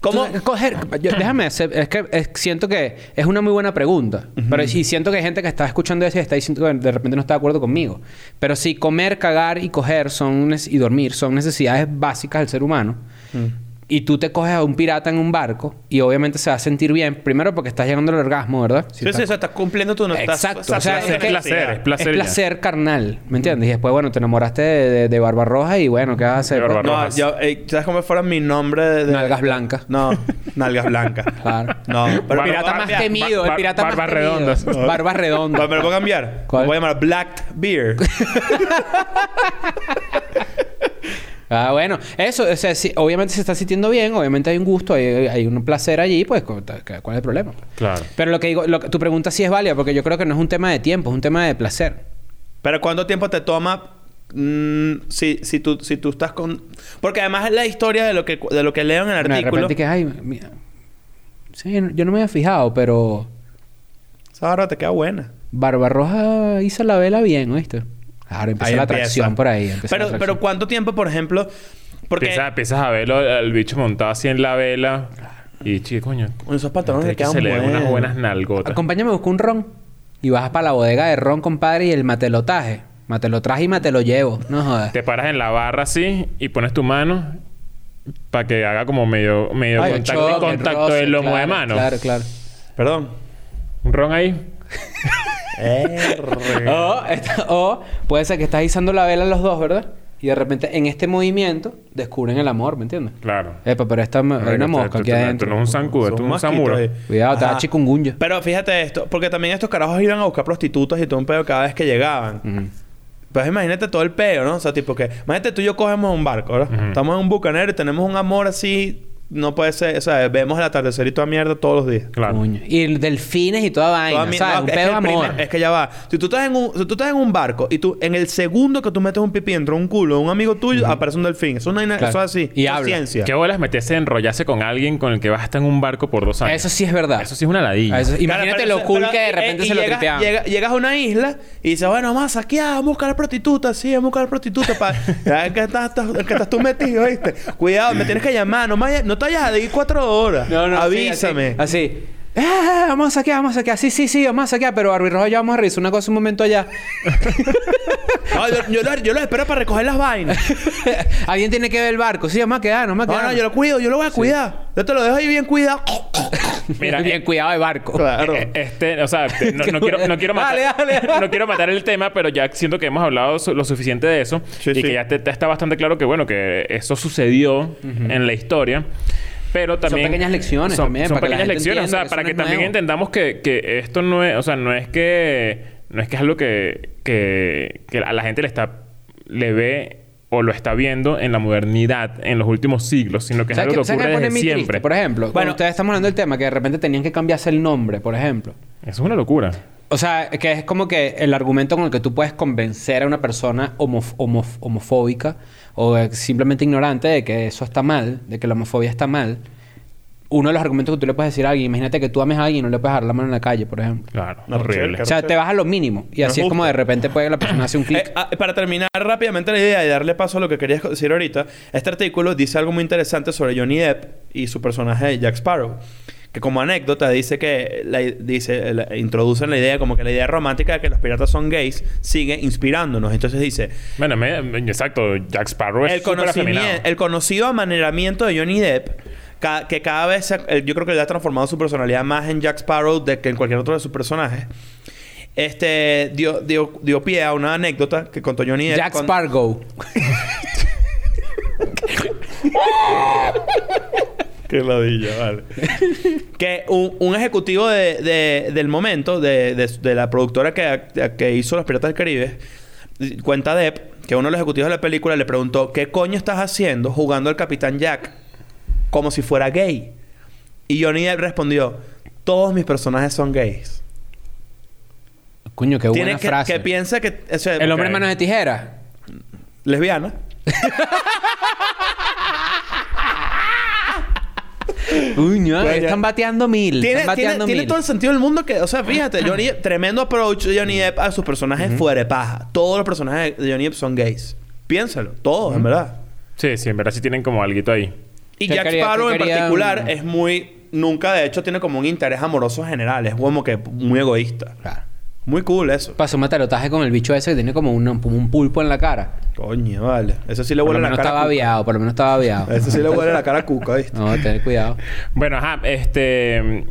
Speaker 3: ¿Cómo?
Speaker 4: Entonces, coger? yo- déjame, hacer- es que es- siento que es una muy buena pregunta. Pero sí siento que hay gente que está escuchando eso y está diciendo que de repente no está de acuerdo conmigo. Pero si comer, cagar y coger son nes- y dormir son necesidades básicas del ser humano. Y tú te coges a un pirata en un barco y obviamente se va a sentir bien. Primero porque estás llegando al orgasmo, ¿verdad? Si
Speaker 3: Sí, sí,
Speaker 4: estás-
Speaker 3: o sea, estás cumpliendo tu... no- estás-
Speaker 4: Exacto,
Speaker 3: estás
Speaker 4: o sea,
Speaker 3: haciendo
Speaker 4: es que-
Speaker 3: necesidad.
Speaker 2: placer, placer
Speaker 4: es
Speaker 2: ya.
Speaker 4: placer carnal, ¿me entiendes? Y después, bueno, te enamoraste de, de, de Barbarroja y bueno, ¿qué vas a hacer?
Speaker 2: De Barbarroja.
Speaker 3: No,
Speaker 2: Rojas.
Speaker 3: yo, eh, ¿sabes cómo fuera mi nombre de... de-
Speaker 4: Nalgas blancas.
Speaker 3: No, nalgas blancas.
Speaker 4: Claro.
Speaker 3: No,
Speaker 4: El
Speaker 3: pero
Speaker 4: pirata
Speaker 3: ¿puedo
Speaker 4: más
Speaker 3: cambiar?
Speaker 4: temido, el
Speaker 2: bar-
Speaker 4: pirata más
Speaker 2: barbas
Speaker 4: temido.
Speaker 2: redondas.
Speaker 4: Barbas
Speaker 3: ¿Me
Speaker 4: redondas.
Speaker 3: me lo puedo cambiar?
Speaker 4: ¿Cuál?
Speaker 3: Me Voy a llamar Black Beer.
Speaker 4: Ah, bueno. Eso, o sea, si- obviamente se está sintiendo bien, obviamente hay un gusto, hay, hay un placer allí, pues, ¿cu- ¿cuál es el problema?
Speaker 2: Claro.
Speaker 4: Pero lo que digo, lo que- tu pregunta sí es válida, porque yo creo que no es un tema de tiempo, es un tema de placer.
Speaker 3: Pero ¿cuánto tiempo te toma mm, si, si, tú, si tú estás con... Porque además es la historia de lo que, de lo que leo en el
Speaker 4: Bueno, de
Speaker 3: artículo.
Speaker 4: repente que, ay, mira. Sí, yo no me había fijado, pero
Speaker 3: Esa barba te queda buena.
Speaker 4: Barbarroja hizo la vela bien, ¿oíste? Claro, empieza
Speaker 3: Ahí empieza.
Speaker 4: la atracción por ahí. empieza la
Speaker 3: Pero,
Speaker 4: atracción.
Speaker 3: pero ¿cuánto tiempo, por ejemplo? Porque...
Speaker 2: Empiezas, empiezas a verlo al bicho montado así en la vela. Y, chico, coño...
Speaker 3: Con esos pantalones le
Speaker 2: este bicho
Speaker 3: quedan
Speaker 2: se le ven
Speaker 3: buenos.
Speaker 2: unas buenas nalgotas.
Speaker 4: Acompáñame a buscar un ron. Y vas para la bodega de ron, compadre, y el matelotaje. Matelotraje y matelo llevo. No jodas.
Speaker 2: Te paras en la barra así y pones tu mano para que haga como medio, medio
Speaker 4: Ay,
Speaker 2: contacto,
Speaker 4: choque,
Speaker 2: contacto
Speaker 4: roce,
Speaker 2: del lomo
Speaker 4: claro,
Speaker 2: de mano.
Speaker 4: Claro, claro.
Speaker 3: Perdón.
Speaker 2: Un ron ahí. Ah,
Speaker 3: Erre.
Speaker 4: O, esta- o puede ser que estás izando la vela los dos, ¿verdad? Y de repente en este movimiento descubren el amor, ¿me entiendes?
Speaker 2: Claro.
Speaker 4: Epa, pero esta, Eh, hay
Speaker 2: Esto-
Speaker 4: una mosca
Speaker 2: esto-
Speaker 4: aquí
Speaker 2: esto- esto
Speaker 4: adentro.
Speaker 2: no es un zancudo,
Speaker 3: Son
Speaker 2: esto es un
Speaker 3: mosquitos eh.
Speaker 2: samuro.
Speaker 3: ahí.
Speaker 4: Cuidado, te da
Speaker 3: Ajá.
Speaker 4: chikungunya.
Speaker 3: Pero fíjate esto, porque también estos carajos iban a buscar prostitutas y todo un pedo cada vez que llegaban. Pues imagínate todo el peo, ¿no? O sea, tipo que... Imagínate tú y yo cogemos un barco, ¿verdad? Estamos en un bucanero y tenemos un amor así... No puede ser... O sea, vemos el atardecer y toda mierda todos los días.
Speaker 2: Claro.
Speaker 4: Coño. Y delfines y toda vaina,
Speaker 3: Toda mi-
Speaker 4: ¿sabes?
Speaker 3: no,
Speaker 4: un
Speaker 3: es que
Speaker 4: pedo
Speaker 3: el
Speaker 4: amor.
Speaker 3: primer- es que ya va. Si tú, estás en un, si tú estás en un barco y tú... En el segundo que tú metes un pipí entre un culo de un amigo tuyo... Aparece un delfín. Eso, no hay na-
Speaker 4: Claro.
Speaker 3: eso es así. Eso
Speaker 4: Y
Speaker 3: es
Speaker 4: habla.
Speaker 3: ciencia.
Speaker 2: ¿Qué bolas meterse a enrollarse con alguien con el que vas a estar en un barco por dos años?
Speaker 4: Eso sí es verdad.
Speaker 2: Eso sí es una ladilla.
Speaker 4: Ah, eso-
Speaker 3: Claro,
Speaker 4: Imagínate
Speaker 3: pero-
Speaker 4: lo cool
Speaker 3: pero-
Speaker 4: que de
Speaker 3: eh,
Speaker 4: repente
Speaker 3: y
Speaker 4: se lo
Speaker 3: llegas,
Speaker 4: tripean.
Speaker 3: llega- llegas a una isla y dices, bueno, más aquí vamos a buscar a prostitutas, sí, vamos a buscar a prostitutas para que estás, estás- que estás tú metido, ¿viste? Cuidado, me tienes que llamar, no, me vayas- no te vayas a ir cuatro horas.
Speaker 4: No, no, sí,
Speaker 3: Avísame.
Speaker 4: Así. así. Ah, vamos a saquear, vamos a saquear. Sí, sí, sí, vamos a saquear. Pero Barbie Roja ya vamos a revisar una cosa un momento allá.
Speaker 3: No, yo, yo lo, yo lo espero para recoger las vainas.
Speaker 4: Alguien tiene que ver el barco. Sí, Eh, vamos a quedar, vamos a
Speaker 3: No,
Speaker 4: quedar.
Speaker 3: no, yo lo cuido, yo lo voy a cuidar. Yo te lo dejo ahí bien cuidado.
Speaker 2: Mira,
Speaker 4: Bien,
Speaker 2: eh,
Speaker 4: cuidado de barco.
Speaker 3: Claro.
Speaker 2: Eh, Este, o sea, te- no, no quiero, no, quiero matar,
Speaker 4: Dale, dale, dale.
Speaker 2: no quiero matar el tema, pero ya siento que hemos hablado su- lo suficiente de eso
Speaker 3: Sí,
Speaker 2: y
Speaker 3: sí.
Speaker 2: que ya te- te está bastante claro que, bueno, que eso sucedió en la historia. Pero también...
Speaker 4: pequeñas lecciones
Speaker 2: Son,
Speaker 4: también,
Speaker 2: son
Speaker 4: para que la
Speaker 2: pequeñas
Speaker 4: gente
Speaker 2: lecciones. o
Speaker 4: entienda que
Speaker 2: sea,
Speaker 4: eso
Speaker 2: para
Speaker 4: no
Speaker 2: que
Speaker 4: es
Speaker 2: también
Speaker 4: nuevo.
Speaker 2: entendamos que, que esto no es... O sea, no es que... No es que es algo que, que, que a la gente le está... Le ve o lo está viendo en la modernidad en los últimos siglos, sino que es
Speaker 4: ¿Sabes
Speaker 2: algo
Speaker 4: qué
Speaker 2: que
Speaker 4: ¿sabes qué
Speaker 2: ocurre
Speaker 4: me pone
Speaker 2: desde
Speaker 4: muy
Speaker 2: siempre.
Speaker 4: triste? Por ejemplo, bueno,
Speaker 3: Bueno.
Speaker 4: ustedes estamos hablando del tema que de repente tenían que cambiarse el nombre, por ejemplo.
Speaker 2: Eso es una locura.
Speaker 4: O sea, que es como que el argumento con el que tú puedes convencer a una persona homof- homof- homofóbica o eh, simplemente ignorante de que eso está mal, de que la homofobia está mal. Uno de los argumentos que tú le puedes decir a alguien, imagínate que tú ames a alguien y no le puedes dar la mano en la calle, por ejemplo.
Speaker 2: Claro,
Speaker 3: No,
Speaker 2: horrible.
Speaker 3: Claro.
Speaker 4: O sea, te vas a lo mínimo. Y
Speaker 3: No
Speaker 4: así
Speaker 3: es
Speaker 4: es como
Speaker 3: justo.
Speaker 4: de repente puede que la persona hace un
Speaker 3: Eh,
Speaker 4: clic.
Speaker 3: ah, para terminar rápidamente la idea y darle paso a lo que querías decir ahorita, este artículo dice algo muy interesante sobre Johnny Depp y su personaje de Jack Sparrow. Que como anécdota dice que la i- dice, eh, la- introducen la idea como que la idea romántica de que los piratas son gays sigue inspirándonos. Entonces dice,
Speaker 2: Bueno, me- me- exacto. Jack Sparrow es
Speaker 3: el,
Speaker 2: Pues súper
Speaker 3: conocimien-
Speaker 2: afeminado.
Speaker 3: el conocido amaneramiento de Johnny Depp, ca- que cada vez se ha- eh, yo creo que le ha transformado su personalidad más en Jack Sparrow de que en cualquier otro de sus personajes. Este dio, dio, dio pie a una anécdota que contó Johnny Depp.
Speaker 4: Jack
Speaker 3: cuando-
Speaker 4: Spargo.
Speaker 3: Qué ladilla, vale. que un, un ejecutivo de- de- del momento, de, de- de la productora que, que hizo Los Piratas del Caribe, cuenta Depp que uno de los ejecutivos de la película le preguntó: ¿Qué coño estás haciendo jugando al Capitán Jack como si fuera gay? Y Johnny Depp respondió: Todos mis personajes son gays.
Speaker 4: Coño, qué buena
Speaker 3: que,
Speaker 4: frase.
Speaker 3: que piensa que. o sea,
Speaker 4: el hombre
Speaker 2: Ok.
Speaker 4: en manos de tijera.
Speaker 3: Lesbiana.
Speaker 4: Uy, no,
Speaker 3: Coño.
Speaker 4: están bateando mil.
Speaker 3: Tiene,
Speaker 4: están
Speaker 3: tiene-
Speaker 4: bateando
Speaker 3: tiene
Speaker 4: mil.
Speaker 3: todo el sentido del mundo que, o sea, fíjate, Johnny Depp- tremendo approach de Johnny Depp a sus personajes fuera de paja. Todos los personajes de Johnny Depp son gays. Piénsalo, todos, en verdad.
Speaker 2: Sí, sí, en verdad sí tienen como alguito ahí.
Speaker 3: Y
Speaker 4: Te
Speaker 3: Jack
Speaker 4: quería-
Speaker 3: Sparrow
Speaker 4: te
Speaker 3: en
Speaker 4: quería-
Speaker 3: particular es muy. Nunca, de hecho, tiene como un interés amoroso general. Es como que muy egoísta.
Speaker 4: Claro.
Speaker 3: Muy cool eso.
Speaker 4: Pasó un matelotaje con el bicho ese que tiene como, una- como un pulpo en la cara.
Speaker 3: Coño, vale. Eso sí le
Speaker 4: Por lo
Speaker 3: huele la
Speaker 4: menos
Speaker 3: cara.
Speaker 4: estaba
Speaker 3: a cuca.
Speaker 4: aviado, por lo menos estaba aviado.
Speaker 3: Eso sí le huele la cara a cuca, ¿viste?
Speaker 4: No, tener cuidado.
Speaker 2: Bueno, ajá, este.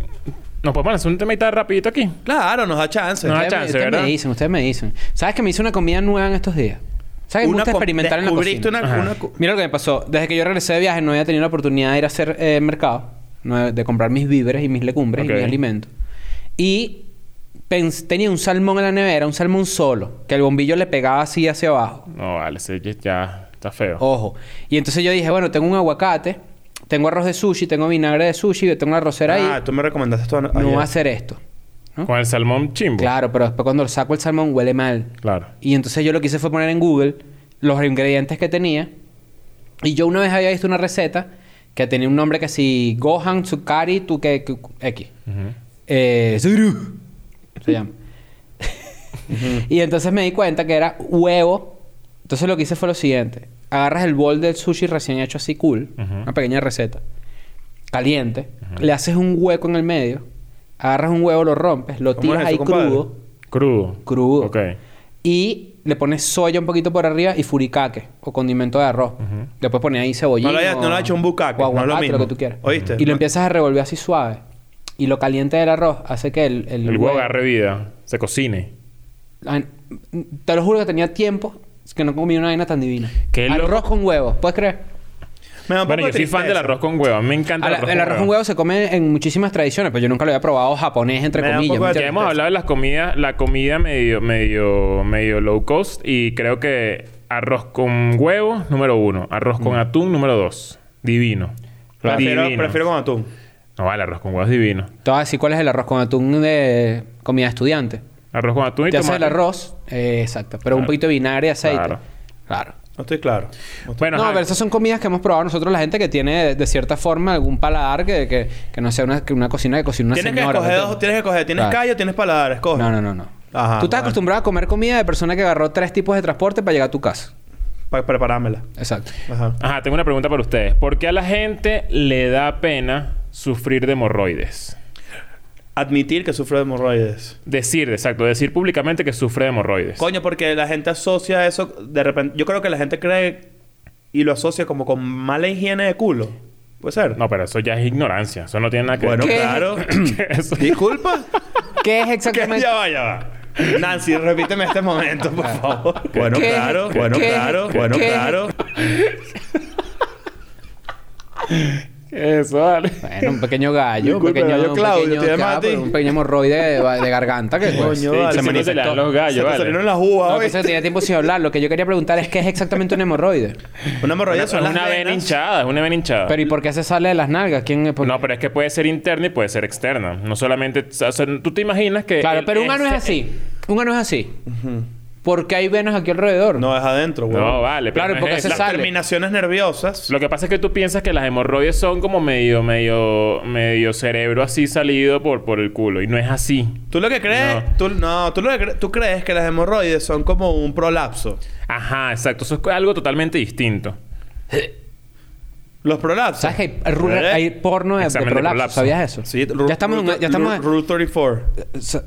Speaker 2: Nos podemos lanzar un temita rapidito aquí.
Speaker 3: Claro, nos da chance.
Speaker 2: No da
Speaker 4: Ustedes me-
Speaker 2: chance,
Speaker 4: ustedes
Speaker 2: ¿verdad?
Speaker 4: me dicen, ustedes me dicen. ¿Sabes que me hice una comida nueva en estos días? ¿Sabes que me gusta
Speaker 3: co-
Speaker 4: experimentar en la
Speaker 3: descubriste
Speaker 4: cocina?
Speaker 3: una-
Speaker 2: Ajá.
Speaker 3: una co-
Speaker 4: Mira lo que me pasó. Desde que yo regresé de viaje no había tenido la oportunidad de ir a hacer eh, mercado, no, de comprar mis víveres y mis legumbres
Speaker 2: Ok.
Speaker 4: y mis alimentos. Y pens- tenía un salmón en la nevera, un salmón solo, que el bombillo le pegaba así hacia abajo.
Speaker 2: No, vale, sí, ya- ya está feo.
Speaker 4: Ojo. Y entonces yo dije, bueno, tengo un aguacate, tengo arroz de sushi, tengo vinagre de sushi, tengo una arrocera
Speaker 3: Ah,
Speaker 4: ahí.
Speaker 3: tú me recomendaste esto.
Speaker 4: No
Speaker 3: ayer.
Speaker 4: voy a hacer esto. ¿no?
Speaker 2: Con el salmón chimbo.
Speaker 4: Claro, pero después cuando saco el salmón huele mal.
Speaker 2: Claro.
Speaker 4: Y entonces yo lo que hice fue poner en Google los ingredientes que tenía. Y yo una vez había visto una receta que tenía un nombre que si Gohan, Tsukari, tu que que- X. Eh, Zuru. Se llama. y entonces me di cuenta que era huevo. Entonces lo que hice fue lo siguiente. Agarras el bol del sushi recién hecho así cool. Una pequeña receta. Caliente. Le haces un hueco en el medio. Agarras un huevo, lo rompes. Lo
Speaker 3: ¿Cómo
Speaker 4: tiras
Speaker 3: es eso,
Speaker 4: ahí
Speaker 3: compadre?
Speaker 4: crudo.
Speaker 2: Crudo.
Speaker 4: Crudo.
Speaker 2: Ok.
Speaker 4: Y le pones soya un poquito por arriba y furikake o condimento de arroz. Después pones ahí cebollín.
Speaker 3: No lo haya-
Speaker 4: o-
Speaker 3: no lo ha hecho un bukkake,
Speaker 4: o
Speaker 3: no es lo
Speaker 4: aguacate,
Speaker 3: mismo.
Speaker 4: que tú quieras.
Speaker 3: ¿Oíste?
Speaker 4: Y lo
Speaker 3: No.
Speaker 4: empiezas a revolver así suave. Y lo caliente del arroz hace que el...
Speaker 2: El huevo agarre vida. Se cocine.
Speaker 4: Ay, Te lo juro que tenía tiempo que no comí una vaina tan divina.
Speaker 2: Qué
Speaker 4: arroz
Speaker 2: loco.
Speaker 4: con huevo. ¿Puedes creer?
Speaker 3: Me da un
Speaker 2: Bueno, yo
Speaker 3: poco de
Speaker 2: soy fan del
Speaker 3: tristeza.
Speaker 2: arroz con huevo. A mí Me encanta
Speaker 4: Ahora, el arroz con huevo se come en muchísimas tradiciones, pero yo nunca lo había probado japonés, entre
Speaker 3: Me da un
Speaker 4: comillas.
Speaker 3: poco de
Speaker 4: ¿me
Speaker 2: Ya
Speaker 4: entiendes?
Speaker 2: hemos hablado de las comidas, la comida medio, medio, medio low cost y creo que arroz con huevo, número uno. Arroz
Speaker 4: Mm.
Speaker 2: con atún, número dos. Divino.
Speaker 3: Prefiero,
Speaker 2: Divino.
Speaker 3: prefiero con atún.
Speaker 2: No vale, arroz con huevo es divino.
Speaker 4: Te voy a decir cuál es el arroz con atún de comida estudiante.
Speaker 2: Arroz con atún y
Speaker 4: Te haces
Speaker 2: tomate.
Speaker 4: el arroz, eh, exacto, pero un poquito de vinagre y aceite.
Speaker 2: Claro.
Speaker 4: Claro.
Speaker 3: No estoy claro. No estoy-
Speaker 2: Bueno,
Speaker 4: No,
Speaker 2: ajá.
Speaker 4: pero esas son comidas que hemos probado nosotros, la gente que tiene de, de cierta forma algún paladar que, que, que no sea una, que una cocina que cocina una
Speaker 3: tienes, que
Speaker 4: señora.
Speaker 3: escoger
Speaker 4: ¿me
Speaker 3: dos,
Speaker 4: entiendes?
Speaker 3: tienes que escoger. ¿Tienes
Speaker 4: Claro.
Speaker 3: calle o tienes paladar? Escoge.
Speaker 4: No, no, no, no.
Speaker 3: Ajá,
Speaker 4: Tú
Speaker 3: bueno.
Speaker 4: estás acostumbrado a comer comida de persona que agarró tres tipos de transporte para llegar a tu casa.
Speaker 3: Para preparármela.
Speaker 4: Exacto.
Speaker 3: Ajá.
Speaker 2: Ajá, tengo una pregunta para ustedes. ¿Por qué a la gente le da pena sufrir de hemorroides?
Speaker 3: Admitir que sufro de hemorroides.
Speaker 2: Decir, exacto, decir públicamente que sufre de hemorroides.
Speaker 3: Coño, porque la gente asocia eso de repente. Yo creo que la gente cree y lo asocia como con mala higiene de culo. Puede ser.
Speaker 2: No, pero eso ya es ignorancia. Eso no tiene nada que
Speaker 3: Bueno,
Speaker 2: ver.
Speaker 4: ¿Qué?
Speaker 3: claro.
Speaker 2: Eso-
Speaker 3: Disculpa.
Speaker 4: ¿Qué es
Speaker 3: Que
Speaker 4: exactamente?
Speaker 3: ya va, ya va. Nancy, repíteme este momento, por favor. Bueno,
Speaker 4: ¿Qué?
Speaker 3: claro,
Speaker 4: ¿Qué?
Speaker 3: bueno,
Speaker 4: ¿Qué?
Speaker 3: claro,
Speaker 4: ¿Qué?
Speaker 3: bueno,
Speaker 4: ¿Qué?
Speaker 3: claro.
Speaker 2: Eso, vale.
Speaker 4: Bueno, un pequeño gallo, un
Speaker 3: Disculpe,
Speaker 4: pequeño,
Speaker 3: gallo
Speaker 4: un
Speaker 3: Claudio,
Speaker 4: pequeño,
Speaker 3: te llama
Speaker 4: claro,
Speaker 3: a ti.
Speaker 4: pero un pequeño hemorroide de, de garganta que pues,
Speaker 3: Coño,
Speaker 2: Sí,
Speaker 3: vale.
Speaker 2: se
Speaker 3: me
Speaker 2: manifestó.
Speaker 3: salieron-
Speaker 2: Los gallos,
Speaker 3: se me
Speaker 2: vale.
Speaker 3: salieron las
Speaker 4: No, pues
Speaker 3: uvas,
Speaker 4: que
Speaker 3: hoy.
Speaker 4: eso tenía tiempo sin hablar. Lo que yo quería preguntar es qué es exactamente un hemorroide.
Speaker 3: Una hemorroida
Speaker 2: Es
Speaker 3: son las
Speaker 2: una vena
Speaker 3: venas.
Speaker 2: hinchada, es una vena hinchada.
Speaker 4: Pero ¿y por qué se sale de las nalgas? ¿Quién, por-
Speaker 2: No, pero es que puede ser interna y puede ser externa. No solamente... O sea, tú te imaginas que...
Speaker 4: Claro,
Speaker 2: el- este,
Speaker 4: pero un ano es
Speaker 2: ese-
Speaker 4: así. Un ano es así. Porque hay venas aquí alrededor.
Speaker 3: No, es adentro, güey.
Speaker 2: No, vale. pero
Speaker 4: Claro,
Speaker 2: no
Speaker 4: porque
Speaker 2: es
Speaker 4: se
Speaker 2: eso.
Speaker 4: sale.
Speaker 3: Terminaciones nerviosas.
Speaker 2: Lo que pasa es que tú piensas que las hemorroides son como medio, medio, medio cerebro así salido por, por el culo. Y no es así.
Speaker 3: Tú lo que crees,
Speaker 2: No.
Speaker 3: tú, no, tú, lo que cre- tú crees que las hemorroides son como un prolapso.
Speaker 2: Ajá, exacto. Eso es algo totalmente distinto.
Speaker 3: Los prolapsos.
Speaker 4: ¿Sabes que hay, ru-
Speaker 3: ¿Eh?
Speaker 4: hay porno de, de
Speaker 2: Examen de
Speaker 4: prolapso?
Speaker 2: prolapso.
Speaker 4: ¿Sabías eso?
Speaker 3: Sí,
Speaker 4: ya estamos, en- ya estamos en-
Speaker 3: Rule 34.
Speaker 4: sa-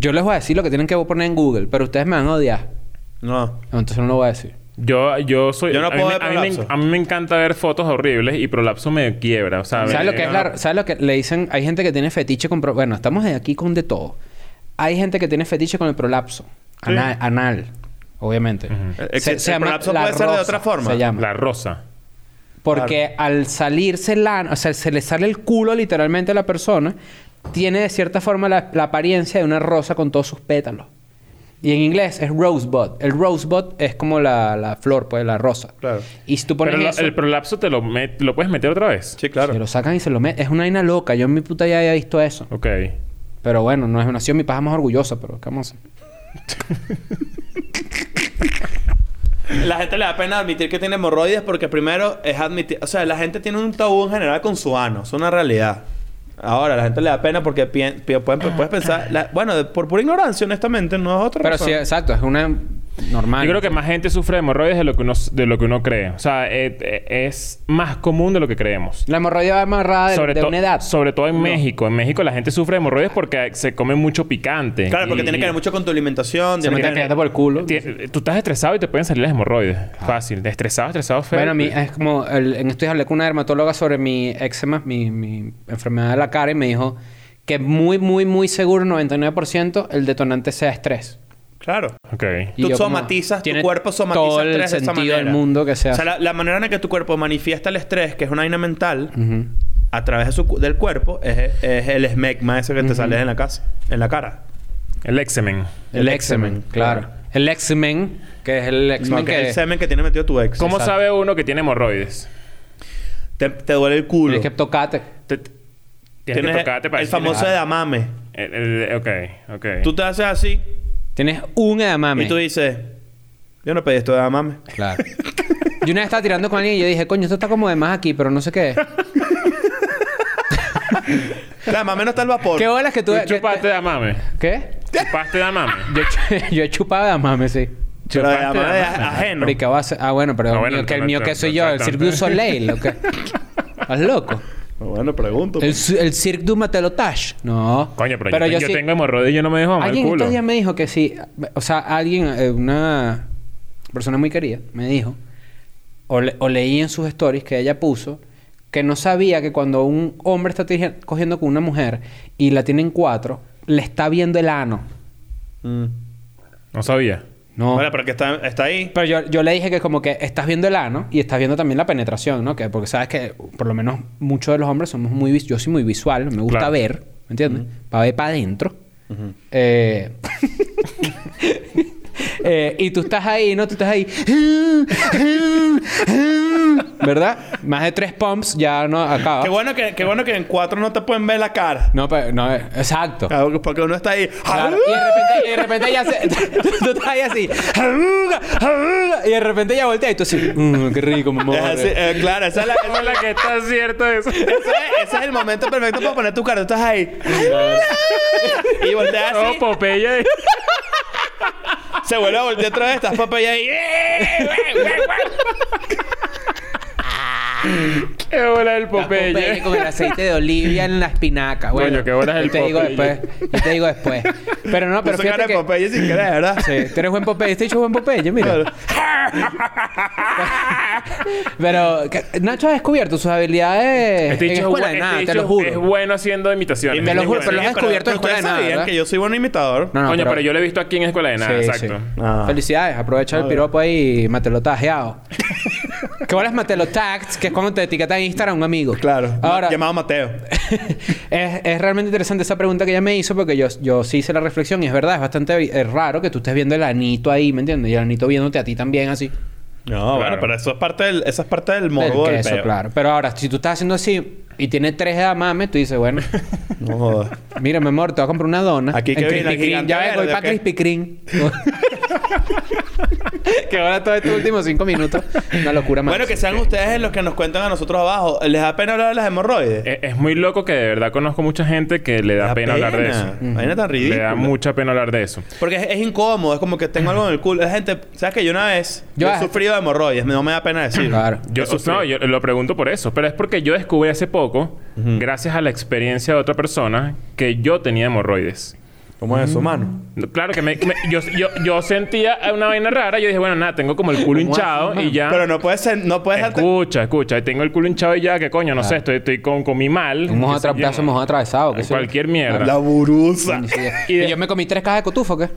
Speaker 4: Yo les voy a decir lo que tienen que poner en Google, pero ustedes me van a odiar.
Speaker 3: No.
Speaker 4: No, Entonces no lo voy a decir.
Speaker 2: Yo, yo soy...
Speaker 3: Yo no
Speaker 2: a mí
Speaker 3: puedo
Speaker 2: me-
Speaker 3: ver
Speaker 2: a mí me-
Speaker 3: prolapso.
Speaker 2: A mí me encanta ver fotos horribles y prolapso me quiebra. O sea,
Speaker 4: ¿Sabes
Speaker 2: me-
Speaker 4: lo que es la- ¿Sabes lo que le dicen? Hay gente que tiene fetiche con... pro- Bueno, estamos de aquí con de todo. Hay gente que tiene fetiche con el prolapso. Ana- Anal. Obviamente.
Speaker 3: El- Eh, el prolapso puede ser de otra forma.
Speaker 4: Se llama.
Speaker 2: La rosa.
Speaker 4: Porque al salirse el ano... O sea, se le sale el culo literalmente a la persona. Tiene de cierta forma la, la apariencia de una rosa con todos sus pétalos. Y en inglés es rosebud. El rosebud es como la, la flor, pues, la rosa.
Speaker 3: Claro.
Speaker 4: Y si tú pones
Speaker 2: Pero lo-
Speaker 4: eso-
Speaker 2: el prolapso te lo, met- lo puedes meter otra vez.
Speaker 3: Sí, claro.
Speaker 4: Se lo sacan y se lo meten. Es una vaina loca. Yo en mi puta ya había visto eso.
Speaker 2: Ok.
Speaker 4: Pero bueno, no es una nación mi paja más orgullosa, pero ¿qué vamos a hacer?
Speaker 3: La gente le da pena admitir que tiene hemorroides porque primero es admitir... O sea, la gente tiene un tabú en general con su ano. Es una realidad. Ahora, la gente le da pena porque pien- pi- pueden- puedes pensar... la- bueno, de- por pura ignorancia, honestamente, no es otra
Speaker 4: Pero
Speaker 3: razón.
Speaker 4: sí, exacto, es una normal.
Speaker 2: Yo creo que más gente sufre de hemorroides de lo que uno, de lo que uno cree. O sea, eh, eh, es más común de lo que creemos.
Speaker 4: la hemorroida va amarrada de, de
Speaker 2: to-
Speaker 4: una edad.
Speaker 2: Sobre todo en
Speaker 4: No.
Speaker 2: México. En México la gente sufre de hemorroides porque se come mucho picante.
Speaker 3: Claro, porque
Speaker 2: Y-
Speaker 3: tiene que ver mucho con tu alimentación.
Speaker 4: Eh, Se
Speaker 3: tiene
Speaker 4: me
Speaker 3: que
Speaker 4: está
Speaker 3: ver-
Speaker 4: cayendo por el culo.
Speaker 2: Ti- Tú estás estresado y te pueden salir las hemorroides. Fácil. Estresado, estresado, feo.
Speaker 4: Bueno, a mí eh. es como... el- en esto hablé con una dermatóloga sobre mi eczema, mi, mi enfermedad de la cara, y me dijo que muy, muy, muy seguro, 99%, el detonante sea estrés.
Speaker 3: Claro.
Speaker 2: Ok.
Speaker 4: Y
Speaker 3: Tú
Speaker 4: yo como-
Speaker 3: somatizas, tu
Speaker 4: tiene
Speaker 3: cuerpo somatiza
Speaker 4: todo el
Speaker 3: estrés de esa
Speaker 4: sentido del
Speaker 3: manera.
Speaker 4: mundo que sea
Speaker 3: O sea,
Speaker 4: así.
Speaker 3: la, la manera en la que tu cuerpo manifiesta el estrés, que es una vaina mental,
Speaker 4: Ujú.
Speaker 3: a través de su cu- del cuerpo, es, es el esmegma ese que te sale en la casa, en la cara.
Speaker 2: El examen.
Speaker 4: El, examen, claro. El examen, que es el examen
Speaker 3: No, que
Speaker 4: que...
Speaker 3: es el semen que tiene metido tu ex.
Speaker 2: ¿Cómo
Speaker 4: Exacto.
Speaker 2: sabe uno que tiene hemorroides?
Speaker 3: Te, te duele el culo.
Speaker 4: Tienes que tocarte.
Speaker 2: Te- te- tienes que
Speaker 3: Tienes
Speaker 2: tocarte para
Speaker 3: el
Speaker 2: decirle-
Speaker 3: famoso edamame.
Speaker 2: El- el- ok, ok.
Speaker 3: Tú te haces así
Speaker 4: Tienes un edamame.
Speaker 3: y tú dices, yo no pedí esto de edamame.
Speaker 4: Claro. Yo una vez estaba tirando con alguien y yo dije, coño, esto está como de más aquí, pero no sé qué es.
Speaker 3: El edamame no está al vapor.
Speaker 4: ¿Qué bolas que tú...
Speaker 2: Tú
Speaker 4: que-
Speaker 2: chupaste de amame.
Speaker 4: ¿Qué?
Speaker 2: Chupaste de amame.
Speaker 4: Yo, ch- yo he chupado de amame, sí.
Speaker 3: Pero
Speaker 2: chupaste
Speaker 3: edamame
Speaker 2: edamame.
Speaker 3: es ajeno.
Speaker 4: Pero ¿y qué va a ser? Ah, bueno, pero
Speaker 2: Ah,
Speaker 4: el
Speaker 2: bueno,
Speaker 4: mío, que el
Speaker 2: no,
Speaker 4: mío
Speaker 2: no,
Speaker 4: que
Speaker 2: no,
Speaker 4: soy
Speaker 2: no,
Speaker 4: yo,
Speaker 2: no,
Speaker 4: el
Speaker 2: no.
Speaker 4: Cirque du Soleil, ¿o qué? ¿Estás loco?
Speaker 3: Ah, Bueno, pregunto. pues.
Speaker 4: El, ci- el Cirque du Matelotage. No.
Speaker 2: Coño, pero, yo, yo
Speaker 4: sí-
Speaker 2: tengo hemorroides y yo no me dejo amar el
Speaker 4: Alguien
Speaker 2: culo.
Speaker 4: estos días me dijo que sí. O sea, alguien, eh, una persona muy querida, me dijo, o, le- o leí en sus stories que ella puso, que no sabía que cuando un hombre está tije- cogiendo con una mujer y la tienen cuatro, le está viendo el ano.
Speaker 3: Mm.
Speaker 2: No sabía.
Speaker 4: No.
Speaker 3: Bueno, pero que está, está ahí.
Speaker 4: Pero yo, yo le dije que como que estás viendo el ano y estás viendo también la penetración, ¿no? Que porque sabes que por lo menos muchos de los hombres somos muy... vis- Yo soy muy visual, me gusta
Speaker 2: Claro.
Speaker 4: ver, ¿me entiendes? Para ver para adentro. Eh, eh, y tú estás ahí, ¿no? Tú estás ahí... ¿Verdad? Más de tres pumps ya no acaba.
Speaker 3: Qué bueno que, qué bueno que en cuatro no te pueden ver la cara.
Speaker 4: No, pero... No, eh, exacto.
Speaker 3: Claro, Porque uno está ahí. ¡Ah!
Speaker 4: Claro. Y de repente, y de repente ya se... tú, tú estás ahí así... Y de repente ya voltea y tú así... "Mm, ¡Qué rico, mi amor".
Speaker 3: Es así, eh, claro, esa es la, esa es la-
Speaker 2: que está cierto eso.
Speaker 3: ese es- ese es el momento perfecto para poner tu cara. Tú Estás ahí. Y volteas
Speaker 2: No,
Speaker 3: así.
Speaker 2: Popeye.
Speaker 3: Se vuelve a voltear otra vez. Estás papá y ahí.
Speaker 2: Es bola del
Speaker 4: Las
Speaker 2: Popeye.
Speaker 4: Popeye con el aceite de olivia en la espinaca. Bueno,
Speaker 2: Coño, qué bolas el
Speaker 4: yo te digo
Speaker 2: Popeye.
Speaker 4: después. Yo te digo después. Pero no, pero
Speaker 3: Puso cara
Speaker 4: fíjate
Speaker 3: de
Speaker 4: que...
Speaker 3: Popeye sin querer, ¿verdad?
Speaker 4: Sí, tú eres buen Popeye. Este dicho es buen Popeye, mira. Pero que- Nacho ha descubierto sus habilidades
Speaker 2: Este dicho
Speaker 4: en
Speaker 2: es
Speaker 4: escuela
Speaker 2: bu-
Speaker 4: de
Speaker 2: este
Speaker 4: nada, te
Speaker 2: dicho
Speaker 4: lo
Speaker 2: Es
Speaker 4: juro.
Speaker 2: bueno haciendo imitaciones.
Speaker 4: Te lo juro,
Speaker 2: Bueno.
Speaker 4: pero lo has
Speaker 3: Sí,
Speaker 4: descubierto en
Speaker 3: ustedes
Speaker 4: escuela de nada,
Speaker 3: sabían
Speaker 4: ¿verdad?
Speaker 3: que yo soy buen imitador.
Speaker 4: No, no,
Speaker 2: Coño, pero... yo lo he visto aquí en Escuela de Nada,
Speaker 4: Sí,
Speaker 2: exacto.
Speaker 4: sí.
Speaker 3: Ah.
Speaker 4: Felicidades, aprovecha el piropo ahí y matelo tajeado. ¿Qué bolas matelo tags? Que es cuando te etiquetan en Instagram un amigo.
Speaker 3: Claro.
Speaker 4: Ahora,
Speaker 3: Llamado Mateo.
Speaker 4: es, es realmente interesante esa pregunta que ella me hizo porque yo, yo sí hice la reflexión y es verdad, es bastante eh, raro que tú estés viendo el anito ahí, ¿me entiendes? Y el anito viéndote a ti también así.
Speaker 3: No, bueno, pero eso es parte del, esa es parte del morbo
Speaker 4: Del
Speaker 3: del
Speaker 4: queso,
Speaker 3: peo.
Speaker 4: claro. Pero ahora, si tú estás haciendo así y tiene tres de amame, tú dices, bueno,
Speaker 3: No jodas.
Speaker 4: mira, mi amor, te voy a comprar una dona.
Speaker 3: Aquí
Speaker 4: En
Speaker 3: que viene,
Speaker 4: Krispy
Speaker 3: el
Speaker 4: Kreme.
Speaker 3: gigante
Speaker 4: Ya ves, voy
Speaker 3: verde,
Speaker 4: para
Speaker 3: ¿o qué?
Speaker 4: Krispy Kreme. que ahora todos estos últimos cinco minutos, una locura más.
Speaker 3: Bueno, que sean ustedes los que nos cuentan a nosotros abajo. ¿Les da pena hablar de las hemorroides?
Speaker 2: E-, Es, es muy loco que de verdad conozco mucha gente que le Eh, da, pena, hablar de eso.
Speaker 4: Mm.
Speaker 3: Vaina tan
Speaker 2: Le
Speaker 3: ridícula.
Speaker 2: da mucha pena hablar de eso.
Speaker 3: Porque es, es incómodo, es como que tengo algo en el culo. La gente, ¿sabes que Yo una vez yo,
Speaker 4: Yo-
Speaker 3: he sufrido de hemorroides, no me da pena decir.
Speaker 4: Claro.
Speaker 2: Yo,
Speaker 3: Eso
Speaker 2: o- no, yo lo pregunto por eso, pero es porque yo descubrí hace poco, gracias a la experiencia de otra persona, que yo tenía hemorroides.
Speaker 3: ¿Cómo es eso, mano?
Speaker 2: No, Claro que me, me- yo, yo, yo sentía una vaina rara. Yo dije, bueno, nada, tengo como el culo hinchado y ya.
Speaker 3: Pero no puedes ser, no puedes darte-
Speaker 2: Escucha, escucha. Tengo el culo hinchado y ya, que coño,
Speaker 3: Ah.
Speaker 2: no sé, estoy, estoy con, comí mal.
Speaker 4: Un mojo
Speaker 2: qué sé yo.
Speaker 4: atrapado, un mojo atravesado. qué sé yo.
Speaker 2: Cualquier mierda.
Speaker 3: La burusa.
Speaker 4: Y,
Speaker 2: Y de-
Speaker 4: yo me comí tres cajas de cotufo, ¿qué?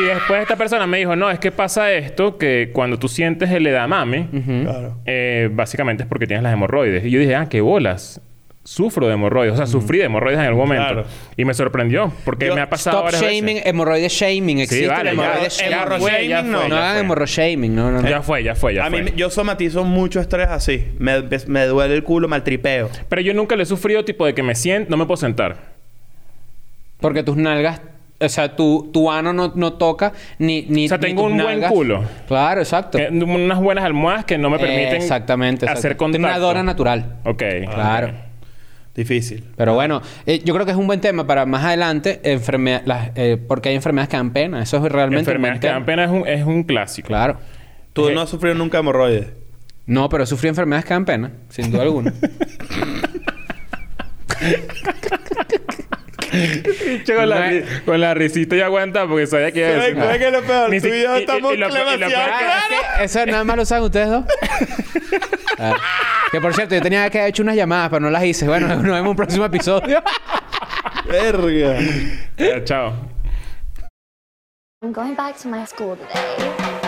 Speaker 2: Y después esta persona me dijo, no, es que pasa esto, que cuando tú sientes el edamame,
Speaker 3: Claro.
Speaker 2: eh, básicamente es porque tienes las hemorroides. Y yo dije, ah, qué bolas. Sufro de hemorroides. O sea, sufrí de hemorroides en algún momento.
Speaker 3: Claro.
Speaker 2: Y me sorprendió, porque
Speaker 3: Yo-
Speaker 2: me ha pasado
Speaker 4: Stop
Speaker 2: varias
Speaker 4: shaming,
Speaker 2: veces.
Speaker 4: hemorroides shaming. Existe
Speaker 2: Sí, vale.
Speaker 4: el
Speaker 2: Ya,
Speaker 4: hemorroide
Speaker 2: ya
Speaker 4: shaming.
Speaker 2: fue, ya
Speaker 3: Hemorroides
Speaker 2: fue,
Speaker 3: no.
Speaker 4: No
Speaker 2: ya
Speaker 4: hagan
Speaker 2: fue.
Speaker 4: hemorroide shaming. No, no, no.
Speaker 2: Ya fue, ya fue, ya
Speaker 3: A
Speaker 2: fue.
Speaker 3: mí me- yo somatizo mucho estrés así. Me, me duele el culo, mal tripeo.
Speaker 2: Pero yo nunca le he sufrido tipo de que me siento, no me puedo sentar.
Speaker 4: Porque tus nalgas... O sea, tu, tu ano no, no toca ni, ni
Speaker 2: O sea,
Speaker 4: ni
Speaker 2: tengo
Speaker 4: tus
Speaker 2: un buen
Speaker 4: nalgas.
Speaker 2: culo.
Speaker 4: Claro, exacto.
Speaker 2: Eh, unas buenas almohadas que no me
Speaker 4: Eh,
Speaker 2: permiten
Speaker 4: exactamente, exacto.
Speaker 2: hacer
Speaker 4: Tiene
Speaker 2: contacto.
Speaker 4: una dona natural.
Speaker 2: Ok.
Speaker 4: Claro.
Speaker 3: Difícil.
Speaker 4: Pero bueno, eh, yo creo que es un buen tema para más adelante, enfermedad, las, eh, porque hay enfermedades que dan pena. Eso es realmente un buen
Speaker 2: Enfermedades que
Speaker 4: tema.
Speaker 2: dan pena es un, es un clásico.
Speaker 4: Claro.
Speaker 3: Tú
Speaker 2: Eh,
Speaker 3: no has sufrido nunca hemorroides.
Speaker 4: No, pero sufrí enfermedades que dan pena, sin duda alguna.
Speaker 2: Che, con, la,
Speaker 4: No
Speaker 2: ri- con la risita y aguanta porque sabía que iba a
Speaker 3: ¿Sabes
Speaker 2: decir.
Speaker 3: cuál es que es lo peor?
Speaker 2: Ni
Speaker 3: Tú y
Speaker 2: si-
Speaker 3: yo estamos
Speaker 2: lo- lo peor-
Speaker 3: demasiado
Speaker 4: Ah, es que Eso nada más lo saben ustedes dos. Ah, Que por cierto, yo tenía que haber hecho unas llamadas, pero no las hice. Bueno, nos vemos en un próximo episodio.
Speaker 3: Verga.
Speaker 2: Ya, Chao.
Speaker 1: I'm going back to my school today.